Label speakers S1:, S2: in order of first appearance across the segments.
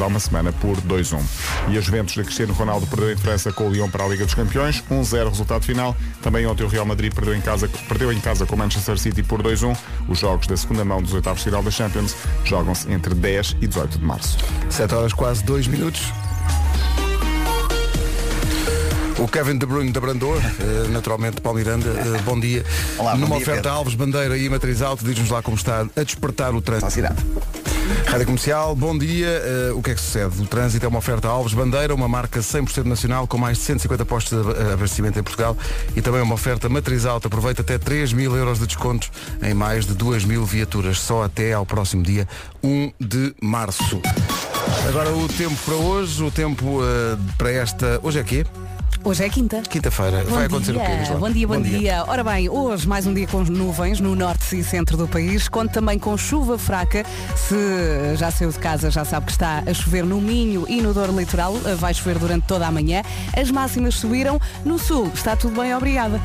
S1: Há uma semana por 2-1. E a Juventus de Cristiano Ronaldo perdeu em França com o Lyon para a Liga dos Campeões, 1-0 resultado final. Também ontem o Real Madrid perdeu em casa, perdeu em casa com o Manchester City por 2-1. Os jogos da segunda mão dos oitavos de final da Champions jogam-se entre 10 e 18 de março.
S2: 7 horas quase 2 minutos. O Kevin De Bruyne da Brandor, eh, naturalmente Paulo Miranda, eh, bom dia.
S3: Olá, bom
S2: Numa
S3: dia,
S2: oferta
S3: Pedro.
S2: Alves Bandeira e Matriz Alto, diz-nos lá como está a despertar o trânsito.
S3: à cidade.
S2: Rádio Comercial, bom dia. Eh, o que é que sucede? O trânsito é uma oferta Alves Bandeira, uma marca 100% nacional com mais de 150 postos de ab- abastecimento em Portugal e também uma oferta matriz alta. Aproveita até 3 mil euros de descontos em mais de 2 mil viaturas, só até ao próximo dia 1 de março. Agora o tempo para hoje, o tempo eh, para esta. Hoje é quê?
S4: Hoje é quinta.
S2: Quinta-feira. Vai acontecer o quê? Diz lá.
S4: Bom dia, bom, dia. Ora bem, hoje mais um dia com nuvens no norte e centro do país. Conto também com chuva fraca. Se já saiu de casa, já sabe que está a chover no Minho e no Douro Litoral. Eh, Vai chover durante toda a manhã. As máximas subiram. No sul, está tudo bem, obrigada.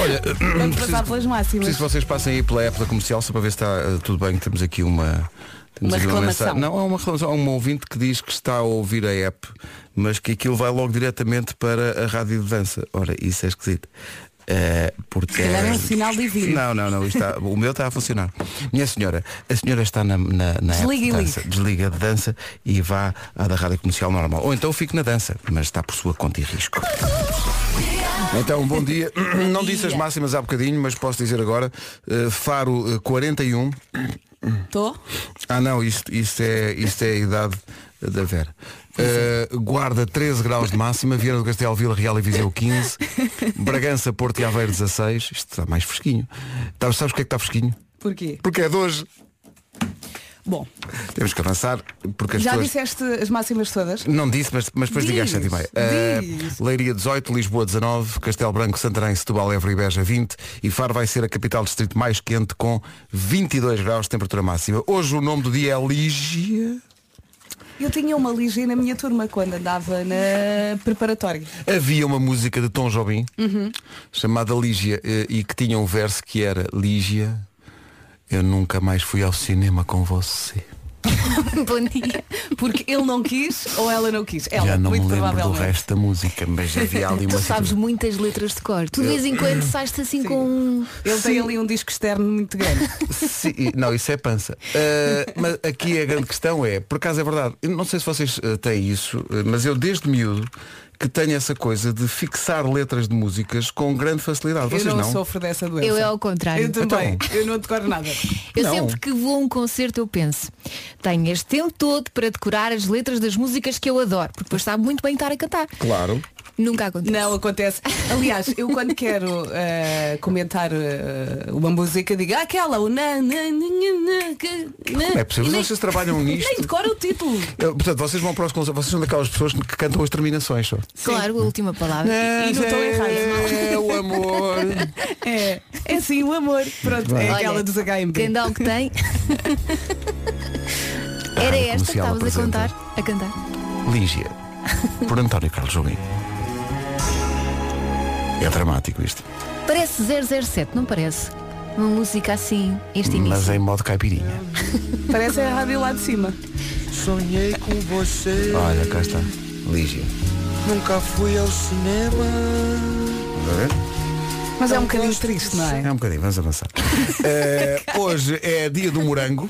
S2: Olha,
S4: Vamos
S2: preciso-
S4: passar pelas máximas.
S2: Preciso que vocês passem aí pela época comercial só para ver se está eh, tudo bem, que temos aqui uma. Temos
S4: Uma
S2: aqui
S4: reclamação.
S2: mensagem. Não, é uma reclamação. Há um ouvinte que diz que está a ouvir a app, mas que aquilo vai logo diretamente para a rádio de dança. Ora, isso é esquisito. Eh, porque
S4: Se calhar é um sinal divino.
S2: Não, não, não. isto Está, o meu está a funcionar. Minha senhora, a senhora está na, na, na app
S4: Desliga
S2: de
S4: e
S2: dança.
S4: ligue.
S2: Desliga de dança e vá à da rádio comercial normal. Ou então fique na dança, mas está por sua conta e risco. Então, bom dia. Não disse as máximas há bocadinho, mas posso dizer agora. eh, Faro eh, 41.
S4: Estou?
S2: Ah não, isto, isto, é, isto é a idade da Vera. Eh, guarda 13 graus de máxima, Vieira do Castelo, Vila Real e Viseu 15, Bragança, Porto e Aveiro 16, isto está mais fresquinho. Tá- Sabes o que é que está fresquinho?
S4: Porquê?
S2: Porque é de hoje.
S4: Bom,
S2: Temos que avançar, porque as
S4: já
S2: pessoas...
S4: disseste as máximas todas?
S2: Não disse, mas, mas depois diga às
S4: Diz,
S2: 7 e meia.
S4: diz.
S2: Uh, Leiria 18, Lisboa 19, Castelo Branco, Santarém, Setúbal, Évora e Beja 20 e Faro vai ser a capital distrito mais quente com 22 graus de temperatura máxima. Hoje o nome do dia é Lígia.
S4: Eu tinha uma ligia na minha turma quando andava na preparatória.
S2: Havia uma música de Tom Jobim
S4: Uhum.
S2: chamada Lígia eh, e que tinha um verso que era Lígia, eu nunca mais fui ao cinema com você.
S5: Bom dia.
S4: Porque ele não quis ou ela não quis. Ela,
S2: Já não me
S4: muito
S2: lembro do
S4: provavelmente.
S2: resto da música, mas havia ali uma
S5: Tu sabes
S2: situação-
S5: muitas letras de cor. Tu de vez em quando sais-te assim com um.
S4: Ele tem ali um disco externo muito grande.
S2: Sim, não, isso é pança. Ah, mas aqui a grande questão é, por acaso é verdade, eu não sei se vocês ah, têm isso, ah, mas eu desde miúdo que tenho essa coisa de fixar letras de músicas com grande facilidade.
S4: Eu
S2: Vocês
S4: não,
S2: não? Então.
S4: sofro dessa doença.
S5: Eu é ao contrário.
S4: Eu também. Eu não decoro nada.
S5: Eu
S2: Não.
S5: sempre que vou a um concerto eu penso, tenho este tempo todo para decorar as letras das músicas que eu adoro, porque depois sabe muito bem estar a cantar.
S2: Claro.
S5: Nunca acontece.
S4: Não acontece. Aliás, eu quando quero eh, comentar eh, uma música, digo "Ah, aquela, o na, na, na, na, na, que- na",
S2: É possível,
S4: e nem,
S2: vocês trabalham nisto.
S4: nem decoro o título.
S2: Eu, portanto, vocês vão para os concertos, vocês são daquelas pessoas que cantam as terminações só.
S5: Claro, a última palavra.
S4: E- e não estão errados.
S2: É o amor.
S4: É, é sim, o amor. Pronto, é
S5: Olha,
S4: aquela dos
S5: Quem
S4: HMB.
S5: dá o que tem. Era esta que
S2: Comercial
S5: estavas a
S2: apresenta.
S5: contar, a cantar.
S2: Lígia, por António Carlos Jobim. É dramático isto.
S5: Parece 007, não parece? Uma música assim, este
S2: Mas
S5: início.
S2: em modo caipirinha.
S4: Parece a rádio lá de cima.
S6: Sonhei com você,
S2: Olha, cá está. Lígia.
S6: nunca fui ao cinema.
S2: Vamos ver?
S4: Mas é um bocadinho triste, não é?
S2: É um bocadinho, vamos avançar. Eh, hoje é dia do morango.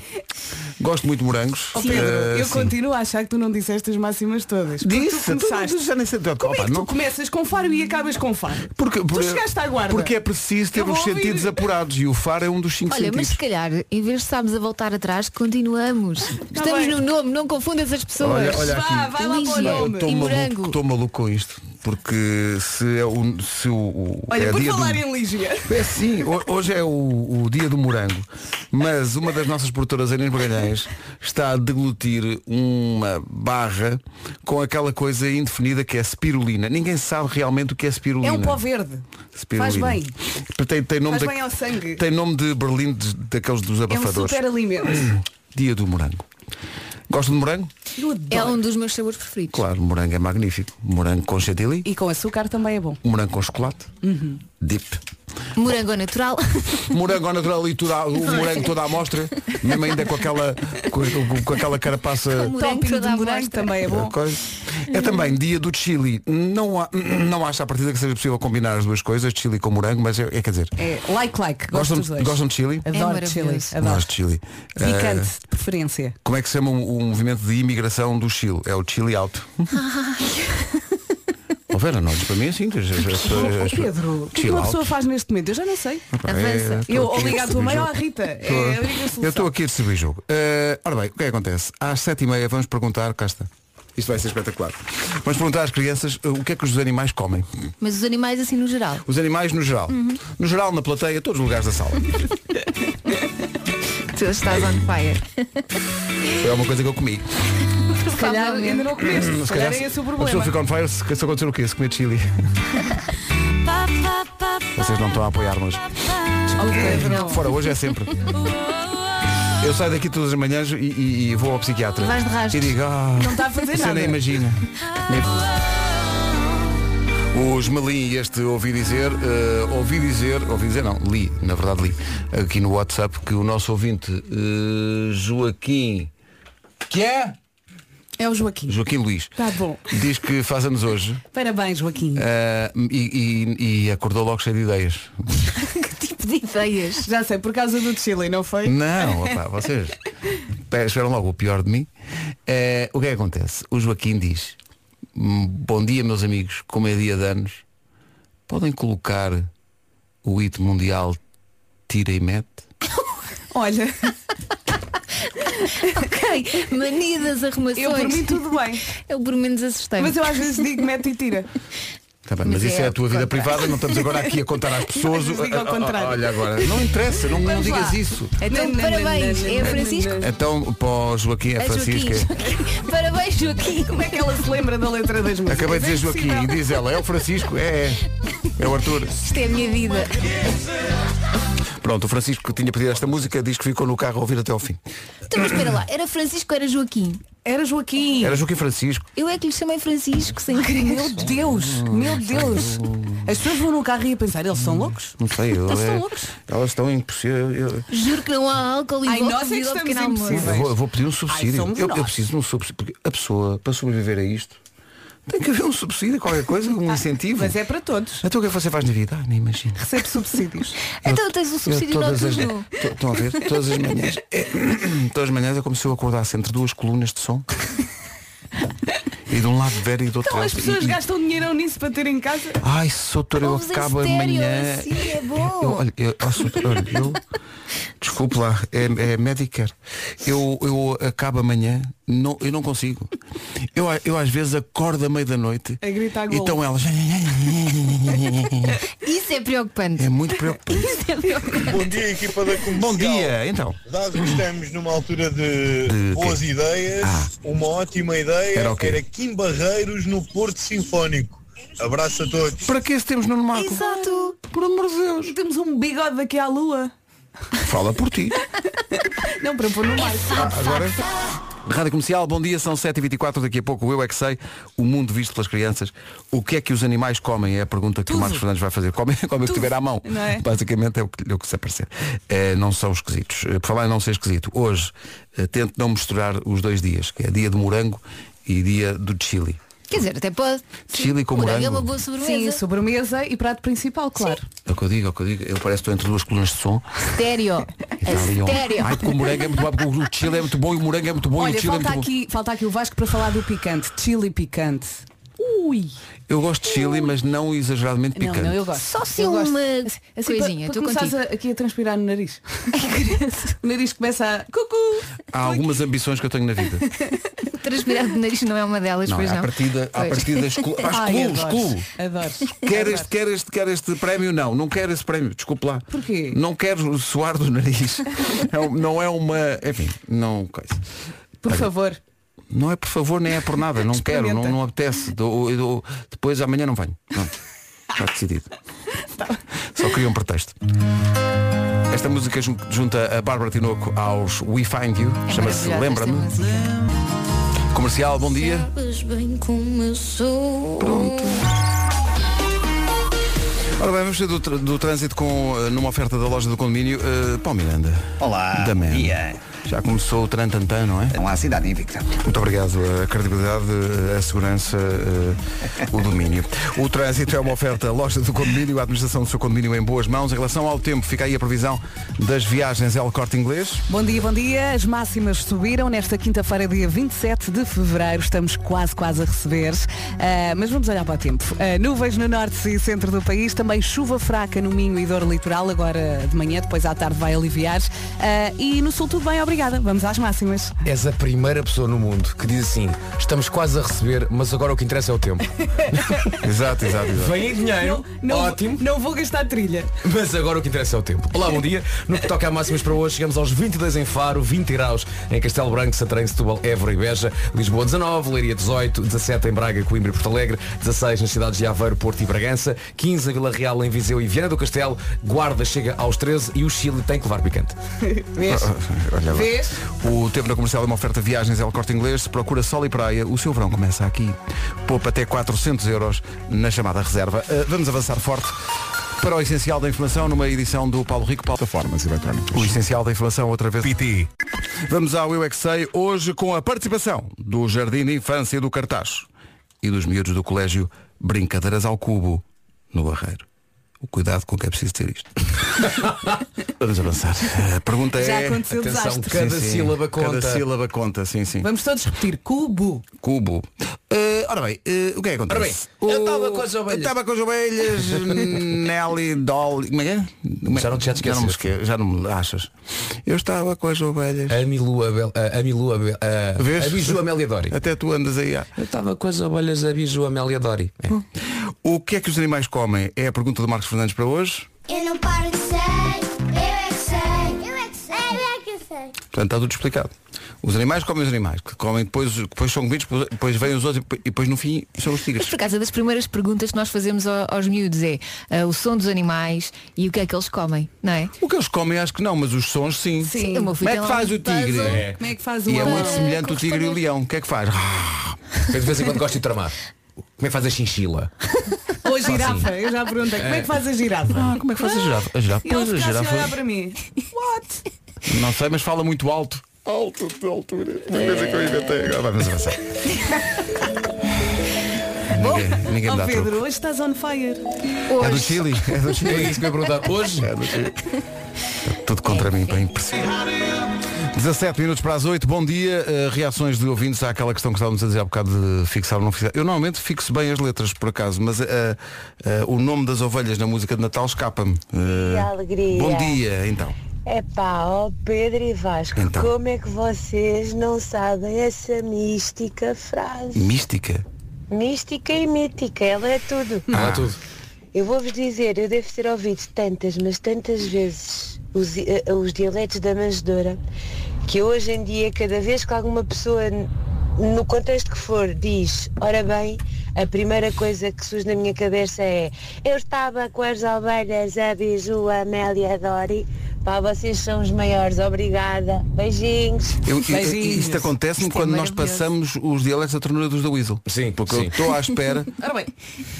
S2: Gosto muito de morangos.
S4: Oh, Pedro,
S2: Eh,
S4: eu
S2: sim.
S4: continuo a achar que tu não disseste as máximas todas. Porque
S2: Disse,
S4: tu começaste.
S2: tu- tu já nem sei-
S4: Como é
S2: Opa,
S4: que
S2: não-
S4: tu começas com faro e acabas com faro?
S2: Porque, por-
S4: chegaste à guarda.
S2: Porque é preciso ter
S4: Eu vou
S2: os
S4: ouvir.
S2: sentidos apurados e o faro é um dos cinco
S5: Olha,
S2: sentidos.
S5: mas se calhar, em vez de estarmos a voltar atrás, continuamos. Estamos
S4: Tá bem.
S5: no nome, não confundas as pessoas.
S2: Olha aqui.
S4: Vá, vai lá para o
S5: Lígia.
S2: Eu
S4: nome.
S2: Estou
S5: E
S2: maluco,
S5: morango.
S2: estou maluco com isto. Porque se é o. Se o- o
S4: Olha,
S2: é
S4: por
S2: dia do-
S4: falar em Lígia.
S2: É sim, ho- hoje é o, o dia do morango, mas uma das nossas produtoras, a Inês Magalhães, está a deglutir uma barra com aquela coisa indefinida que é spirulina. Ninguém sabe realmente o que é spirulina.
S4: É um pó verde.
S2: Spirulina.
S4: Faz bem.
S2: Tem, tem nome
S4: Faz
S2: da-
S4: bem ao sangue.
S2: Um Tem nome de Berlim, de- daqueles dos
S4: É um
S2: abafadores.
S4: super alimento.
S2: Dia do morango. Gostam de morango?
S4: Eu adoro.
S5: É um dos meus sabores preferidos.
S2: Claro, morango é magnífico. Morango com chantilly,
S4: E com açúcar também é bom.
S2: morango com chocolate, Deep.
S5: Morango natural.
S2: Morango ao natural e tudo à- o morango toda à amostra, mesmo ainda com aquela, com, com- com aquela carapaça. eh,
S5: Morango
S4: Topping de
S5: toda à
S4: morango
S5: amostra.
S4: também é bom.
S2: Coisa. É também dia do chili. Não, há, não acho à partida que seja possível combinar as duas coisas, chili com morango, mas é, é quer dizer,
S4: É like, like. Gosto
S2: gostam,
S4: dos dois.
S2: gostam de chili?
S4: Adoro
S5: É maravilhoso.
S4: chili. Adoro.
S2: Gosto de chili. Eh,
S4: Picante, de preferência.
S2: como é que se chama o, o movimento de imigração do Chile? É o Chile Alto. Oh, Vera, não, olhes para mim assim. as- as- as-
S4: Oh,
S2: as-
S4: Pedro, o que é que
S2: Chill
S4: uma
S2: out.
S4: pessoa faz neste momento? Eu já não sei.
S5: Avança.
S2: É,
S4: Eu
S2: estou
S4: ou
S2: aqui a
S4: ligo à tua
S2: distribuir
S4: mãe ou à
S2: jogo.
S4: Rita. É a única
S2: Estou-
S4: solução.
S2: Eu estou aqui a distribuir jogo. Eh, ora bem, o que é que acontece? Às sete e meia vamos perguntar, cá está. Isto vai ser espetacular. Vamos perguntar às crianças eh, o que é que os animais comem.
S5: Mas os animais assim no geral.
S2: Os animais no geral.
S4: Uhum.
S2: No geral, na plateia, todos os lugares da sala.
S5: Tu estás on fire.
S2: Foi uma coisa que eu comi.
S4: Se calhar ainda não comeste. Se calhar é esse o
S2: Hum, a pessoa
S4: problema.
S2: fica on fire, se, se acontecer o quê? Se comer chili. Vocês não estão a apoiar, mas...
S4: Oh, Pedro.
S2: Fora, hoje é sempre. Eu saio daqui todas as manhãs e, e- e vou ao psiquiatra.
S5: E vais de rastros.
S2: E digo, ah,
S4: Não está a fazer
S2: Você
S4: nada.
S2: nem imagina. Os Melim, este ouvi dizer, eh, ouvi dizer, ouvi dizer não, li, na verdade li, aqui no WhatsApp, que o nosso ouvinte eh, Joaquim, que é?
S4: É o Joaquim.
S2: Joaquim Luís,
S4: Tá bom.
S2: diz que faz anos hoje
S4: Parabéns, Joaquim.
S2: eh, e, e- e acordou logo cheio de ideias.
S5: que tipo de ideias?
S4: Já sei, por causa do Chile, não foi?
S2: Não, opá, vocês pe- esperam logo o pior de mim. Eh, o que é que acontece? O Joaquim diz, "Hum, bom dia meus amigos, como é dia de anos, podem colocar o hit mundial tira e mete?
S4: Olha,
S5: Ok, mania das arrumações.
S4: eu por mim tudo bem.
S5: Eu por menos assustei.
S4: Mas eu às vezes digo, mete e tira.
S2: Tá bem, mas,
S5: Mas
S2: isso é,
S5: é
S2: a tua
S5: ao
S2: vida
S5: contrário.
S2: privada, não estamos agora aqui a contar às pessoas.
S4: Às vezes digo ao
S2: Ah, ah, ah,
S4: contrário.
S2: Olha agora, não interessa, não, não
S5: Vamos lá.
S2: digas isso.
S5: Então,
S4: Não, não,
S5: parabéns.
S4: não, não,
S5: É
S4: não,
S5: a Francisco.
S4: não, não.
S2: Então, para o Joaquim, é
S5: A Joaquim.
S2: Francisca.
S5: Joaquim. Parabéns, Joaquim.
S4: Como é que ela se lembra da letra das músicas?
S2: Acabei de dizer
S4: É
S2: Joaquim
S4: impossível.
S2: e diz ela, é o Francisco, é, é. É o Arthur.
S5: Isto é a minha vida.
S2: Pronto, o Francisco que tinha pedido esta música diz que ficou no carro a ouvir até ao fim.
S5: Então, mas espera lá. Era Francisco ou era Joaquim?
S4: Era Joaquim.
S2: Era Joaquim Francisco.
S5: Eu é que lhe chamei Francisco, sem querer.
S4: Meu Deus, meu Deus. As pessoas vão no carro e a pensar, eles são loucos?
S2: Não sei, eu,
S4: Elas estão
S2: é-
S4: loucos.
S2: elas estão impossível. Eu,
S5: Juro que não há álcool e
S4: Ai,
S5: vou
S4: nós é que
S5: pedir ao
S4: estamos
S5: pequeno
S2: eu
S5: almoço.
S4: impossíveis.
S2: vou, eu vou pedir um subsídio.
S4: somos
S2: eu, eu
S4: nós.
S2: preciso de um subsídio. Porque a pessoa, para sobreviver a isto, tem que haver um subsídio, qualquer coisa, um incentivo.
S4: Mas é para todos.
S2: Então o que é que você faz na vida? Ah, nem imagino.
S4: Recebe subsídios.
S5: Então
S4: um
S5: tens o
S2: Eu
S5: subsídio de
S2: as,
S5: autismo.
S2: to- estão a ver? Todas as manhãs. todas as manhãs é como se eu acordasse entre duas colunas de som. E de um lado Vera e do outro
S4: Então as
S2: Elsa. E-
S4: pessoas
S2: e-
S4: gastam dinheiro nisso para ter em casa.
S2: Ai, Soutor, eu
S5: Ouves em
S2: acabo
S5: estéreo,
S2: amanhã.
S5: assim, é bom.
S2: Eu, olha, eu, ó, Soutor, olha, eu- desculpe lá, é, é Medicare. Eu, eu acabo amanhã, não, eu não consigo. Eu, eu às vezes acordo à meia da noite.
S4: A gritar golo.
S2: Então elas.
S5: Isso é preocupante.
S2: É muito preocupante.
S5: Isso é preocupante.
S3: Bom dia, equipa da comercial.
S2: Bom dia, então.
S3: Dado que estamos numa altura de,
S2: De
S3: boas ideias,
S2: Ah.
S3: uma ótima ideia
S2: Era o quê?
S3: Kim Barreiros no Porto Sinfónico. Abraço a todos.
S2: Para que esse temos no Marco?
S4: Exato.
S2: Por amor de Deus.
S4: Temos um bigode daqui à lua.
S2: Fala por ti.
S4: Não, para pôr no mar.
S2: Agora. Rádio Comercial, bom dia, são 7h24, daqui a pouco o Eu É Que Sei, o mundo visto pelas crianças. O que é que os animais comem? É a pergunta que o
S4: Tudo.
S2: Marcos Fernandes vai fazer. Comem come o que
S4: Tudo,
S2: tiver à mão.
S4: não é?
S2: Basicamente é o que, é o que se aparecer. Eh, não são esquisitos. Eh, por falar em não ser esquisito, hoje eh, tento não misturar os dois dias, que é dia de morango e dia do chili.
S5: Quer dizer, até pode.
S2: Chili com
S5: É
S2: morango.
S5: uma boa
S4: Sim,
S5: sobremesa.
S4: sobremesa e prato principal, claro.
S2: É o que eu digo, é o que eu digo. Eu parece que estou entre duas colunas de som.
S5: Estéreo.
S2: E
S4: É
S2: está ali um-
S5: É Estéreo.
S2: Ai, porque o morango é muito bom, porque o chili é muito bom e o morango é muito bom e
S4: Olha,
S2: o chili é
S4: falta
S2: muito bom.
S4: aqui, falta aqui o Vasco para falar do picante. Chili picante. Ui.
S2: Eu gosto de chili, mas não exageradamente
S4: Não,
S2: picante.
S4: não, eu gosto.
S5: Só se
S4: eu
S5: uma
S4: gosto. Assim, assim, para,
S5: coisinha,
S4: para
S5: estou
S4: começares
S5: contigo.
S4: a- aqui a transpirar no nariz. o nariz começa a. Cucu!
S2: Há algumas ambições que eu tenho na vida.
S5: Transpirar do nariz não é uma delas,
S2: Não,
S5: pois
S2: à
S5: não.
S2: partida, à
S5: Pois.
S2: partida exclu... ah,
S4: Ai,
S2: excluo,
S4: adoro.
S2: excluo.
S4: Adoro.
S2: Quer
S4: Adoro.
S2: este, quer, este, quer este prémio? Não, não quero esse prémio, desculpe lá.
S4: Porquê?
S2: Não quero suar do nariz. É um- não é uma. Enfim, não coisa.
S4: Por favor.
S2: Não é por favor, nem é por nada. Não quero, não,
S4: Experimenta.
S2: não apetece. Dou- eu dou- depois amanhã não venho. Não. Está decidido. Só queria um pretexto. Esta música jun- junta a Bárbara Tinoco aos We Find You.
S5: É
S2: Chama-se
S5: maravilhosa esta é
S2: Lembra-me.
S5: música.
S2: Comercial, bom dia.
S7: Sabes bem como eu sou.
S2: Ora bem, vamos sair do, tr- do trânsito com, eh, numa oferta da loja do condomínio, eh, Paulo Miranda.
S7: Olá,
S2: Da
S7: bom
S2: Man.
S7: dia.
S2: Já começou o Trantantan, não é?
S7: Não há cidade invicta.
S2: Muito obrigado. A credibilidade, a segurança, eh, o domínio. O trânsito é uma oferta loja do condomínio, a administração do seu condomínio em boas mãos. Em relação ao tempo, fica aí a previsão das viagens El Corte Inglês.
S4: Bom dia, bom dia. As máximas subiram nesta quinta-feira, dia 27 de fevereiro. Estamos quase, quase a receber. Ah, mas vamos olhar para o tempo. Ah, nuvens no norte e centro do país. Também chuva fraca no Minho e Dor Litoral. Agora de manhã, depois à tarde vai aliviar. Ah, e no sul tudo bem, obrigada. Vamos às máximas.
S8: És a primeira pessoa no mundo que diz assim, estamos quase a receber, mas agora o que interessa é o tempo.
S2: Exato, exato, exato.
S8: Vem aí dinheiro, ótimo,
S4: Não vou gastar trilha.
S8: mas agora o que interessa é o tempo. Olá, bom dia. No que toca a máximas para hoje, chegamos aos 22 em Faro, 20 graus em Castelo Branco, Santarém, Setúbal, Évora e Beja, Lisboa 19, Leiria 18, 17 em Braga, Coimbra e Porto Alegre, 16 nas cidades de Aveiro, Porto e Bragança, 15 em Vila Real, em Viseu e Viana do Castelo, Guarda chega aos 13 e o Chile tem que levar picante.
S4: Vês?
S2: Olha lá.
S4: Vês?
S2: O tempo na comercial é uma oferta de viagens El Corte Inglês. Se procura sol e praia, o seu verão começa aqui. Poupa até 400 euros na chamada reserva. Eh, vamos avançar forte para o essencial da informação numa edição do Paulo Rico. Paulo,
S1: Plataformas eletrónicas.
S2: o essencial da informação outra vez. Vamos ao Eu é que Sei, hoje com a participação do Jardim de Infância e do Cartaz e dos miúdos do Colégio Brincadeiras ao Cubo, no Barreiro. O cuidado com que é preciso ter isto. Vamos avançar. A pergunta
S4: Já
S2: é...
S4: aconteceu desastre.
S8: cada
S2: Sim, sim.
S8: sílaba
S2: Cada
S8: conta.
S2: sílaba conta, sim, sim.
S4: Vamos todos repetir. Cubo.
S2: Cubo. Eh, ora bem, eh, o que é que acontece?
S8: Ora bem, eu
S2: O-
S8: estava com as ovelhas.
S2: Eu estava com as ovelhas, Nelly, Dolly. Como é que é? Como é?
S8: Já não te- já te
S2: já não me
S8: esqueceste. É,
S2: esque- já não me achas. Eu estava com as ovelhas.
S8: Amilu Abel, a- Amilu Abel, a-
S2: Vês?
S8: a Biju Amélia Dori.
S2: Até tu andas aí. ah.
S8: Eu estava com as ovelhas a Biju Amélia Dori. É.
S2: O que é que os animais comem? É a pergunta do Marcos Fernandes para hoje.
S9: Eu não paro de ser, eu é que sei, eu é que sei, eu é que sei.
S2: Portanto, está tudo explicado. Os animais comem os animais, que comem depois, depois são comidos, depois, depois vêm os outros e depois no fim são os
S5: Mas
S2: tigres.
S5: por acaso, é das primeiras perguntas que nós fazemos ao- aos miúdos é ah, o som dos animais e o que é que eles comem, não é?
S2: O que eles comem acho que não, mas os sons sim.
S4: Sim.
S5: O meu
S2: Como
S5: filho
S2: é
S5: tem
S2: que
S5: lá
S2: faz
S5: um
S2: o tigre?
S5: puzzle.
S2: É.
S4: Como é que faz o
S2: E é
S4: amor?
S2: muito semelhante o tigre e o leão. O que é que faz?
S8: Eu de vez em quando gosto de tramar. Como é que faz a chinchila? assim.
S4: Ou a girafa. Eu já perguntei. Como é que faz a girafa?
S2: como é que faz a girafa? A girafa,
S4: E ele fica assim a olhar para mim. What?
S2: Não sei, mas fala muito alto. Alto de altura. Uma coisa que eu inventei. Agora vamos avançar. ninguém ninguém me
S4: Oh
S2: dá
S4: Pedro,
S2: truque.
S4: hoje estás on fire.
S2: É do Chile? É do Chile. É
S8: É isso que eu ia perguntar. Hoje?
S2: Tudo contra mim, bem impressionante. 17 minutos para as 8, bom dia. Uh, reações de ouvintes àquela questão que estávamos a dizer há bocado de fixar ou não fixar. Eu normalmente fixo bem as letras, por acaso, mas uh, uh, o nome das ovelhas na música de Natal escapa-me. Uh,
S10: alegria.
S2: Bom dia, então.
S10: Epá, ó Pedro e Vasco,
S2: Então.
S10: como é que vocês não sabem essa mística frase?
S2: Mística. Ah,
S10: Mística e mítica, ela é tudo.
S8: Não é tudo.
S10: Eu vou-vos dizer, eu devo ter ouvido tantas, mas tantas vezes os, eh, os dialetos da manjedoura, que hoje em dia, cada vez que alguma pessoa, n- no contexto que for, diz, ora bem, a primeira coisa que surge na minha cabeça é eu estava com as ovelhas, a Biju, a Amélia, a Dori. Pá, vocês são os maiores, obrigada. Beijinhos.
S2: Eu, eu-
S4: Beijinhos.
S2: isto acontece-me
S5: Isto é
S2: quando nós
S5: maravilhoso.
S2: passamos os dialetos da ternura dos da Weasel.
S8: Sim,
S2: Porque eu
S8: sim.
S2: estou à espera.
S4: Ora bem,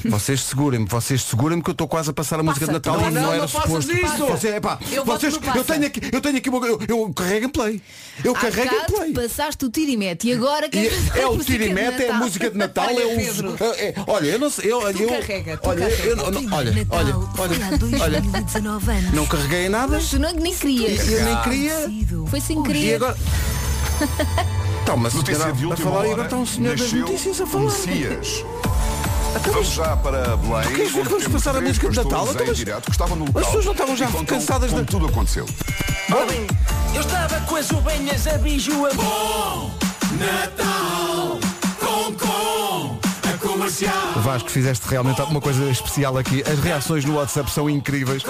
S2: Vocês segurem-me, vocês segurem-me que eu estou quase a passar a música de Natal
S4: Não,
S2: e não,
S4: não, não
S2: era
S4: faças
S2: suposto.
S4: isso.
S2: Você, epá,
S4: Eu voto
S2: vocês,
S4: no passa.
S2: eu tenho aqui, eu tenho aqui uma, eu, eu carrego em play. Eu
S5: Há
S2: carrego em
S5: bocado
S2: play.
S5: passaste o tirimete e agora
S2: E
S5: queres passar
S2: é
S5: a
S2: o
S5: música de
S2: tirimete, é a
S5: Natal.
S2: música de Natal,
S4: Olha,
S2: é o.
S4: Pedro.
S2: é- é- olha, eu não sei. Eu,
S4: Tu
S2: eu,
S4: carrega, tu
S2: olha,
S4: carrega.
S2: eu não- não- olha, olha, olha, olha, não carreguei em nada,
S5: Mas tu não, é nem querias.
S2: eu nem queria.
S5: Foi sem
S2: E
S5: querer.
S2: agora. Então, Está uma
S1: Notícia
S2: senhora
S1: de
S2: a
S1: última
S2: falar e
S1: hora.
S2: agora está um senhor das
S1: Nasceu
S2: notícias a
S1: um
S2: falar. Então,
S1: Messias. Vamos já para Belém.
S2: queres ver que
S1: onde
S2: vamos
S1: temos
S2: passar a
S1: três
S2: música de
S1: pastores
S2: Natal? Então,
S1: em
S2: mas-
S1: direto que estavam no
S2: as
S1: local
S2: pessoas não estavam já
S1: e contam
S2: cansadas
S1: como
S2: de-
S1: tudo aconteceu.
S6: Eu estava com as ovelhas a biju a
S2: Vasco, fizeste realmente alguma coisa especial aqui. As reações no WhatsApp são incríveis.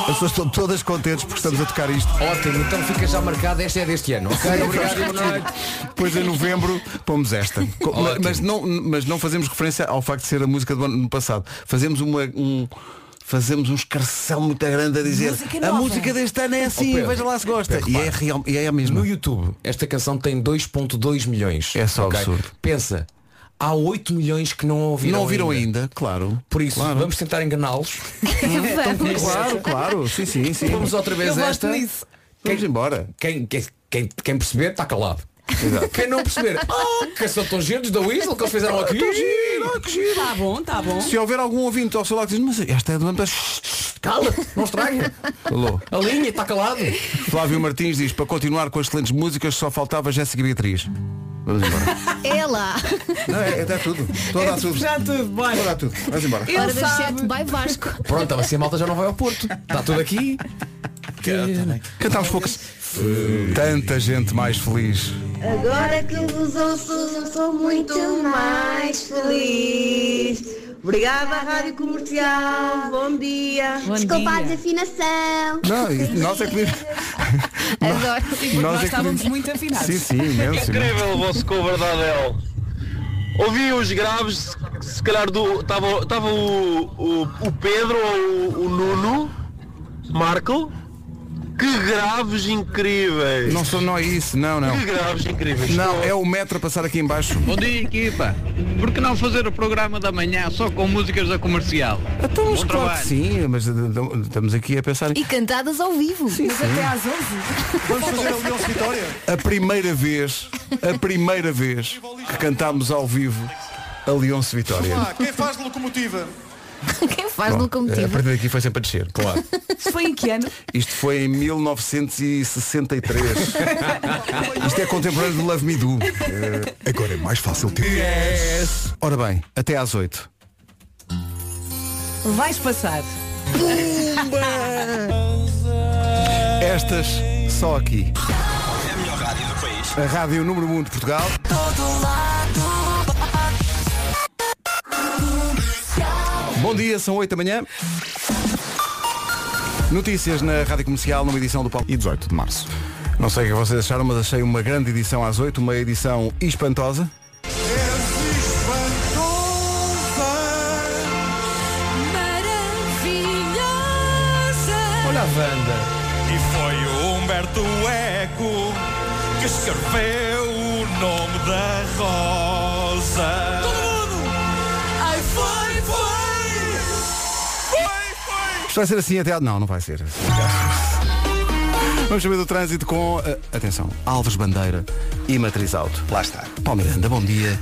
S2: As pessoas estão todas contentes porque estamos a tocar isto.
S8: Ótimo, então fica já marcado, esta é deste ano. Ok, obrigado e boa noite.
S2: Depois em novembro pomos esta. Co-
S8: Ótimo.
S2: Mas não, mas não fazemos referência ao facto de ser a música do ano passado. Fazemos uma, um. Fazemos um escarcel muito grande a dizer
S4: Música
S2: a
S4: nova."
S2: música deste ano é assim,
S8: Oh, Pedro.
S2: veja lá se gosta.
S8: Pedro,
S2: e,
S8: repara.
S2: é real, e é a mesma.
S8: No YouTube, esta canção tem 2.2 milhões.
S2: É só
S8: ok?
S2: absurdo.
S8: Pensa, há 8 milhões que não a ouviram
S2: Não ouviram ainda, claro.
S8: Por isso,
S2: Claro.
S8: vamos tentar enganá-los.
S5: Vamos.
S2: Claro, claro, sim, sim, sim.
S8: Vamos outra vez
S4: Eu gosto
S8: esta.
S4: disso.
S2: Vamos embora.
S8: Quem, quem, quem, quem perceber, está calado.
S2: Exato.
S8: Quem não perceber, oh, que são tão giros da Weasel que eles fizeram aqui.
S4: Tá bom, tá bom.
S2: Então Se houver algum ouvinte ao seu lado que diz, mas esta é do ano passado."
S8: Cala, não estraga.
S2: Alô.
S8: A linha está calado.
S2: Flávio Martins diz, para continuar com as excelentes músicas só faltava Jéssica Beatriz. Vamos embora.
S5: É lá.
S2: Não, é, é dá tudo. Estou a dar tudo.
S4: Já tudo, bora.
S2: Estou a dar tudo. Vamos embora.
S4: Ele
S5: Hora das
S4: sabe.
S5: 7, vai Vasco.
S8: Pronto, então, assim a malta já não vai ao Porto. Está tudo aqui.
S2: Cantámos poucas. Tanta gente mais feliz.
S9: Agora que vos ouço, sou muito mais feliz. Obrigada, Rádio Comercial. Bom dia.
S5: Bom
S9: Desculpa a
S5: dia.
S9: desafinação.
S2: Não, e nós é que
S5: Adoro.
S2: Nós
S4: Nós
S2: é que
S4: estávamos
S2: podemos-
S4: muito afinados.
S2: Sim, sim, imenso. imenso.
S6: Incrível o vosso cover da Adele. Ouvi os graves, se calhar do. Estava tava o, o, o Pedro ou o, o Nuno Marco. Que graves incríveis!
S2: Não sou não é isso, não, não.
S6: Que graves incríveis!
S2: Não, é o metro a passar aqui em baixo.
S7: Bom dia equipa, por que não fazer o programa da manhã só com músicas da comercial?
S2: Então, mas
S7: Bom
S2: claro que
S7: trabalho.
S2: sim, mas uh, uh, estamos aqui a pensar.
S5: E cantadas ao vivo.
S4: Mas até às 11.
S2: Vamos fazer a Leão Vitória? A primeira vez, a primeira vez que cantámos ao vivo a Leonce Vitória.
S1: Ah, Quem faz de locomotiva?
S5: Quem faz
S2: Bom, é, A
S5: locomotiva?
S2: partir daqui foi sempre a descer, claro.
S4: Isso foi em que ano?
S2: Isto foi em 1963. Isto é contemporâneo do Love Me Do. Eh, agora é mais fácil ter. Ora bem, até às 8.
S4: Vais passar.
S2: Estas só aqui. É a melhor rádio do país. A rádio número 1 de Portugal. Bom dia, são 8 da manhã. Notícias na Rádio Comercial, numa edição do Paulo.
S1: E 18 de março.
S2: Não sei o que vocês acharam, mas achei uma grande edição às 8, uma edição espantosa.
S8: Olha a Wanda.
S6: E foi o Humberto Eco que escreveu o nome da rosa. Todo mundo! Ai, foi, foi! Foi, foi!
S2: Isto vai ser assim até à... Não, não vai ser. Vamos saber do trânsito com, eh, atenção, Alves Bandeira e Matriz Alto.
S7: Lá está.
S2: Paulo Miranda, bom dia.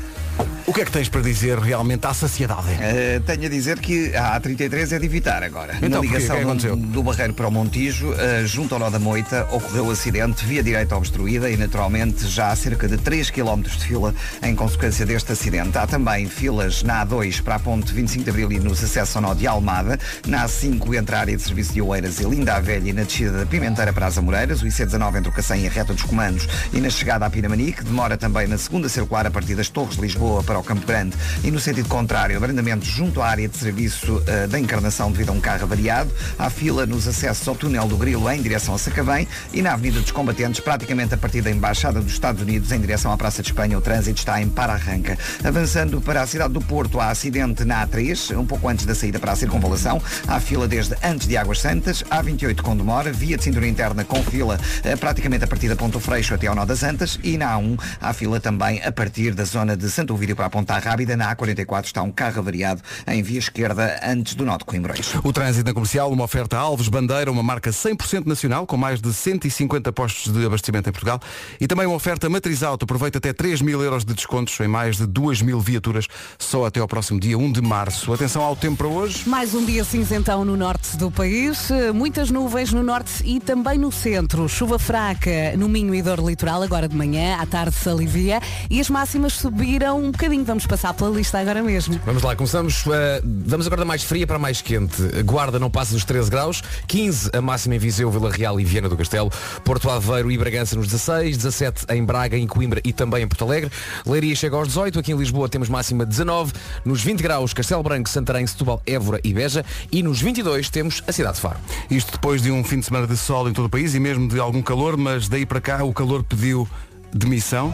S2: O que é que tens para dizer realmente à sociedade?
S7: Eh, tenho a dizer que a A33 é de evitar agora.
S2: Então,
S7: Na
S2: porquê?
S7: ligação
S2: O que é que
S7: do,
S2: aconteceu?
S7: do Barreiro para o Montijo, eh, junto ao Nó da Moita, ocorreu o acidente, via direita obstruída e naturalmente já há cerca de 3 km de fila em consequência deste acidente. Há também filas na A2 para a ponte 25 de Abril e nos acessos ao Nó de Almada, na A5 entre a área de serviço de Oeiras e Linda a Velha e na descida da Pimenteira para as Amoreiras, o IC19 entre o Cacém e a Reta dos Comandos e na chegada à Pinamanique, que demora também na segunda circular a partir das Torres de Lisboa para o Campo Grande e no sentido contrário, abrandamento junto à área de serviço eh, da encarnação devido a um carro avariado. Há fila nos acessos ao túnel do Grilo em direção a Sacavém e na Avenida dos Combatentes, praticamente a partir da Embaixada dos Estados Unidos em direção à Praça de Espanha, o trânsito está em para-arranca. Avançando para a cidade do Porto, há acidente na A3, um pouco antes da saída para a circunvalação. Há fila desde antes de Águas Santas, A28 com demora, via de cintura interna com fila eh, praticamente a partir da Ponto Freixo até ao Nó das Antas e na A1 há fila também a partir da zona de Santo Ovídio para a Ponta Rábida. Na A44 está um carro avariado em via esquerda antes do Nó de Coimbrões.
S2: O trânsito na comercial, uma oferta a Alves Bandeira, uma marca 100% nacional, com mais de 150 postos de abastecimento em Portugal. E também uma oferta Matriz Auto, aproveita até 3 mil euros de descontos em mais de 2 mil viaturas, só até ao próximo dia 1 de março. Atenção ao tempo para hoje.
S4: Mais um dia cinzentão no norte do país, eh, muitas nuvens no norte e também no centro. Chuva fraca no Minho e Dor Litoral, agora de manhã, à tarde se alivia e as máximas subiram um bocadinho. Vamos passar pela lista agora mesmo.
S8: Vamos lá, começamos. eh, vamos agora da mais fria para a mais quente. Guarda não passa dos 13 graus, 15 a máxima em Viseu, Vila Real e Viana do Castelo, Porto Aveiro e Bragança nos 16, 17 em Braga, em Coimbra e também em Porto Alegre. Leiria chega aos 18, aqui em Lisboa temos máxima 19, nos 20 graus Castelo Branco, Santarém, Setúbal, Évora e Beja e nos 22 temos a cidade de Faro.
S2: Isto depois de um fim de semana de sol em todo o país e mesmo de algum calor, mas daí para cá o calor pediu demissão.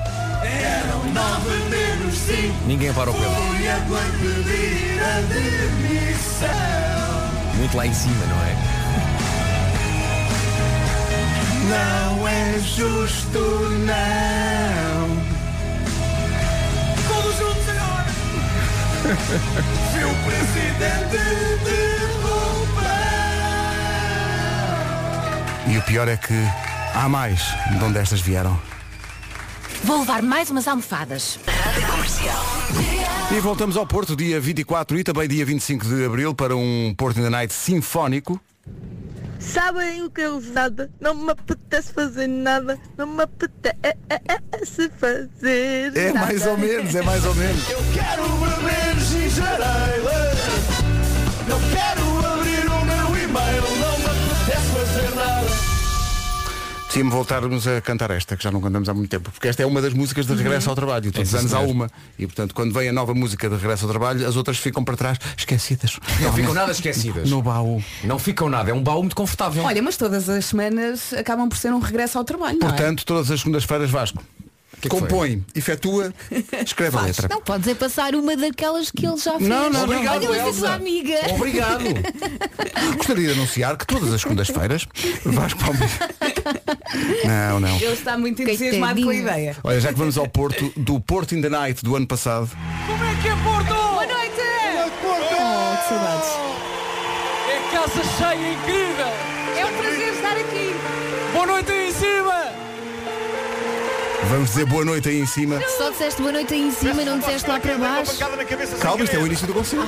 S8: Ninguém para o pelo. Muito lá em cima, não é?
S6: Todos juntos agora!
S11: Se o presidente
S2: E o pior é que há mais de onde estas vieram.
S5: Vou levar mais umas almofadas.
S2: E voltamos ao Porto, dia 24 e também dia 25 de Abril, para um Porto in the Night sinfónico.
S12: Sabem o que é usada? Não me apetece fazer nada. Não me apetece fazer
S2: É
S12: nada.
S2: mais ou menos, é mais ou menos.
S11: Eu quero beber gingereira Não quero abrir o meu e-mail Não me apetece fazer nada
S2: Sim, voltarmos a cantar esta, que já não cantamos há muito tempo, porque esta é uma das músicas de regresso ao trabalho. Todos os
S8: É, sim,
S2: anos há
S8: senhor.
S2: uma. E portanto, quando vem a nova música de regresso ao trabalho, as outras ficam para trás, esquecidas.
S8: Não ficam nada esquecidas.
S2: No baú.
S8: Não ficam nada, é um baú muito confortável.
S4: Olha, mas todas as semanas acabam por ser um regresso ao trabalho, não é?
S2: Portanto, todas as segundas-feiras Vasco.
S8: que foi?
S2: compõe, efetua, escreve a letra.
S5: Não podes é passar uma daquelas que ele já fez.
S2: Não, não, não.
S5: Olha,
S2: Obrigado,
S5: mas a sua
S2: Elsa.
S5: amiga.
S2: Obrigado. Gostaria de anunciar que todas as segundas-feiras Vasco Palmeiras. Não, não.
S4: Ele está muito entusiasmado com a
S5: Coitadinho.
S4: ideia.
S2: Olha, já que vamos ao Porto, do Porto in the Night do ano passado,
S11: Como é que é Porto? Boa
S4: noite!
S11: Porto!
S4: Que saudades.
S11: É casa cheia incrível!
S4: É um prazer estar aqui.
S11: Boa noite aí em cima!
S2: vamos dizer boa noite aí em cima.
S5: Só disseste boa noite aí em cima, não disseste lá para baixo.
S2: Calma, isto é o início do concerto.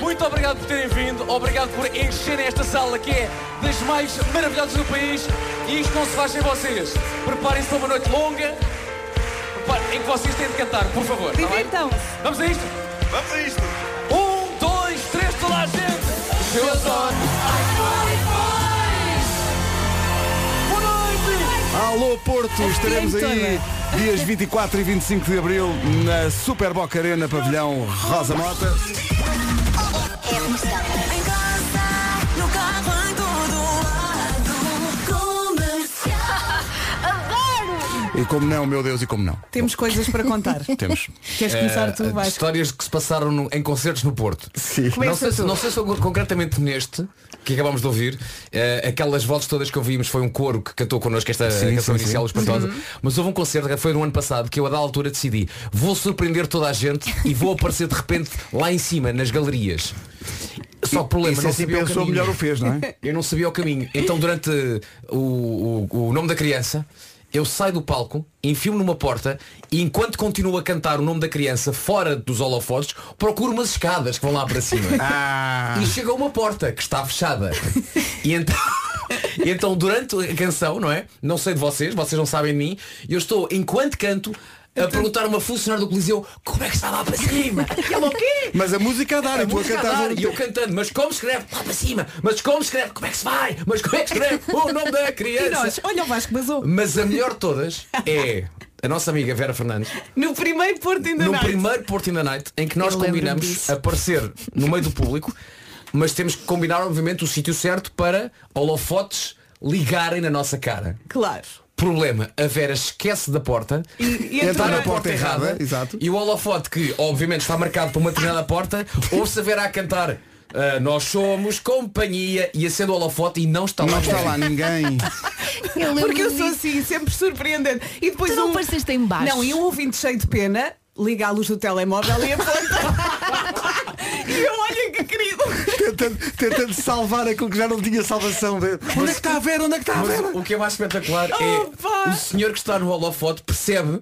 S11: Muito obrigado por terem vindo, obrigado por encherem esta sala que é das mais maravilhosas do país e isto não se faz sem vocês. Preparem-se para uma noite longa prepare- em que vocês têm de cantar, por favor. tá bem?
S4: Divirtam-se.
S11: Vamos a isto? Vamos a isto! Um, dois, três, toda a gente! Os seus olhos! Ai, foi, foi! Boa noite!
S2: Alô Porto, estaremos aí dias 24 e 25 de Abril na Super Boca Arena, pavilhão Rosa Mota.
S11: Em casa, no carro, em todo lado,
S2: E como não, meu Deus, e como não.
S4: Temos coisas para contar.
S2: Temos.
S4: Queres começar tu,
S8: Eh,
S4: Vasco?
S8: histórias que se passaram no- em concertos no Porto.
S2: Sim.
S8: Não
S4: Começa
S8: sei, se-
S4: tu.
S8: não sei se foi concretamente neste que acabámos de ouvir, eh, aquelas vozes todas que ouvimos foi um coro que cantou connosco esta
S2: Sim,
S8: canção
S2: sim,
S8: inicial
S2: sim.
S8: espantosa, mas houve um concerto que foi no ano passado que eu a da altura decidi vou surpreender toda a gente e vou aparecer de repente lá em cima, nas galerias. Só que problema,
S2: e se
S8: não
S2: assim
S8: sabia o
S2: pensou,
S8: caminho.
S2: melhor o fez, não é?
S8: Eu não sabia o caminho. Então durante o, o, o nome da criança, eu saio do palco, enfio-me numa porta e enquanto continuo a cantar o nome da criança fora dos holofotes, procuro umas escadas que vão lá para cima.
S2: Ah,
S8: E chega a uma porta que está fechada. E então. e então durante a canção, não é? Não sei de vocês, vocês não sabem de mim, eu estou, enquanto canto, a perguntar a uma funcionária do Coliseu como é que está lá para cima? E ela o quê?
S2: mas a música a dar,
S8: A
S2: e tu a
S8: É música a
S2: cantar.
S8: dar, e eu cantando, mas como escreve? Lá para cima, mas como escreve? Como é que se vai? Mas como é que escreve? O nome da
S4: E
S8: criança.
S4: nós? Olha o Vasco basou.
S8: Mas a melhor de todas é a nossa amiga Vera Fernandes
S4: No primeiro Porto ainda
S8: no
S4: não. é.
S8: primeiro Porto in the Night em que nós
S5: Eu lembro-me
S8: combinamos
S5: disso.
S8: aparecer no meio do público, mas temos que combinar obviamente o sítio certo para holofotes ligarem na nossa cara.
S4: Claro.
S8: Problema, a Vera esquece da porta,
S4: E- e
S2: entra
S8: está
S2: na porta errada, exato.
S8: e o holofote que obviamente está marcado por uma determinada porta, ouve-se a Vera a cantar "Ah, Nós somos companhia e acende o holofote e não está lá.
S2: Não está lá ninguém.
S5: Eu lembro
S4: Porque eu sou
S5: disso.
S4: assim, sempre surpreendente. E depois
S5: Tu não
S4: um...
S5: apareceste em baixo.
S4: Não, e um ouvinte cheio de pena liga a luz do telemóvel e aponta. e eu, olha que querido.
S2: Tentando, tentando salvar aquilo que já não tinha salvação. Onde é que está a ver? Onde é que está a
S8: Mas
S2: ver?
S8: o que é mais espetacular
S2: Oh,
S4: Opa!
S8: é o senhor que está no holofote percebe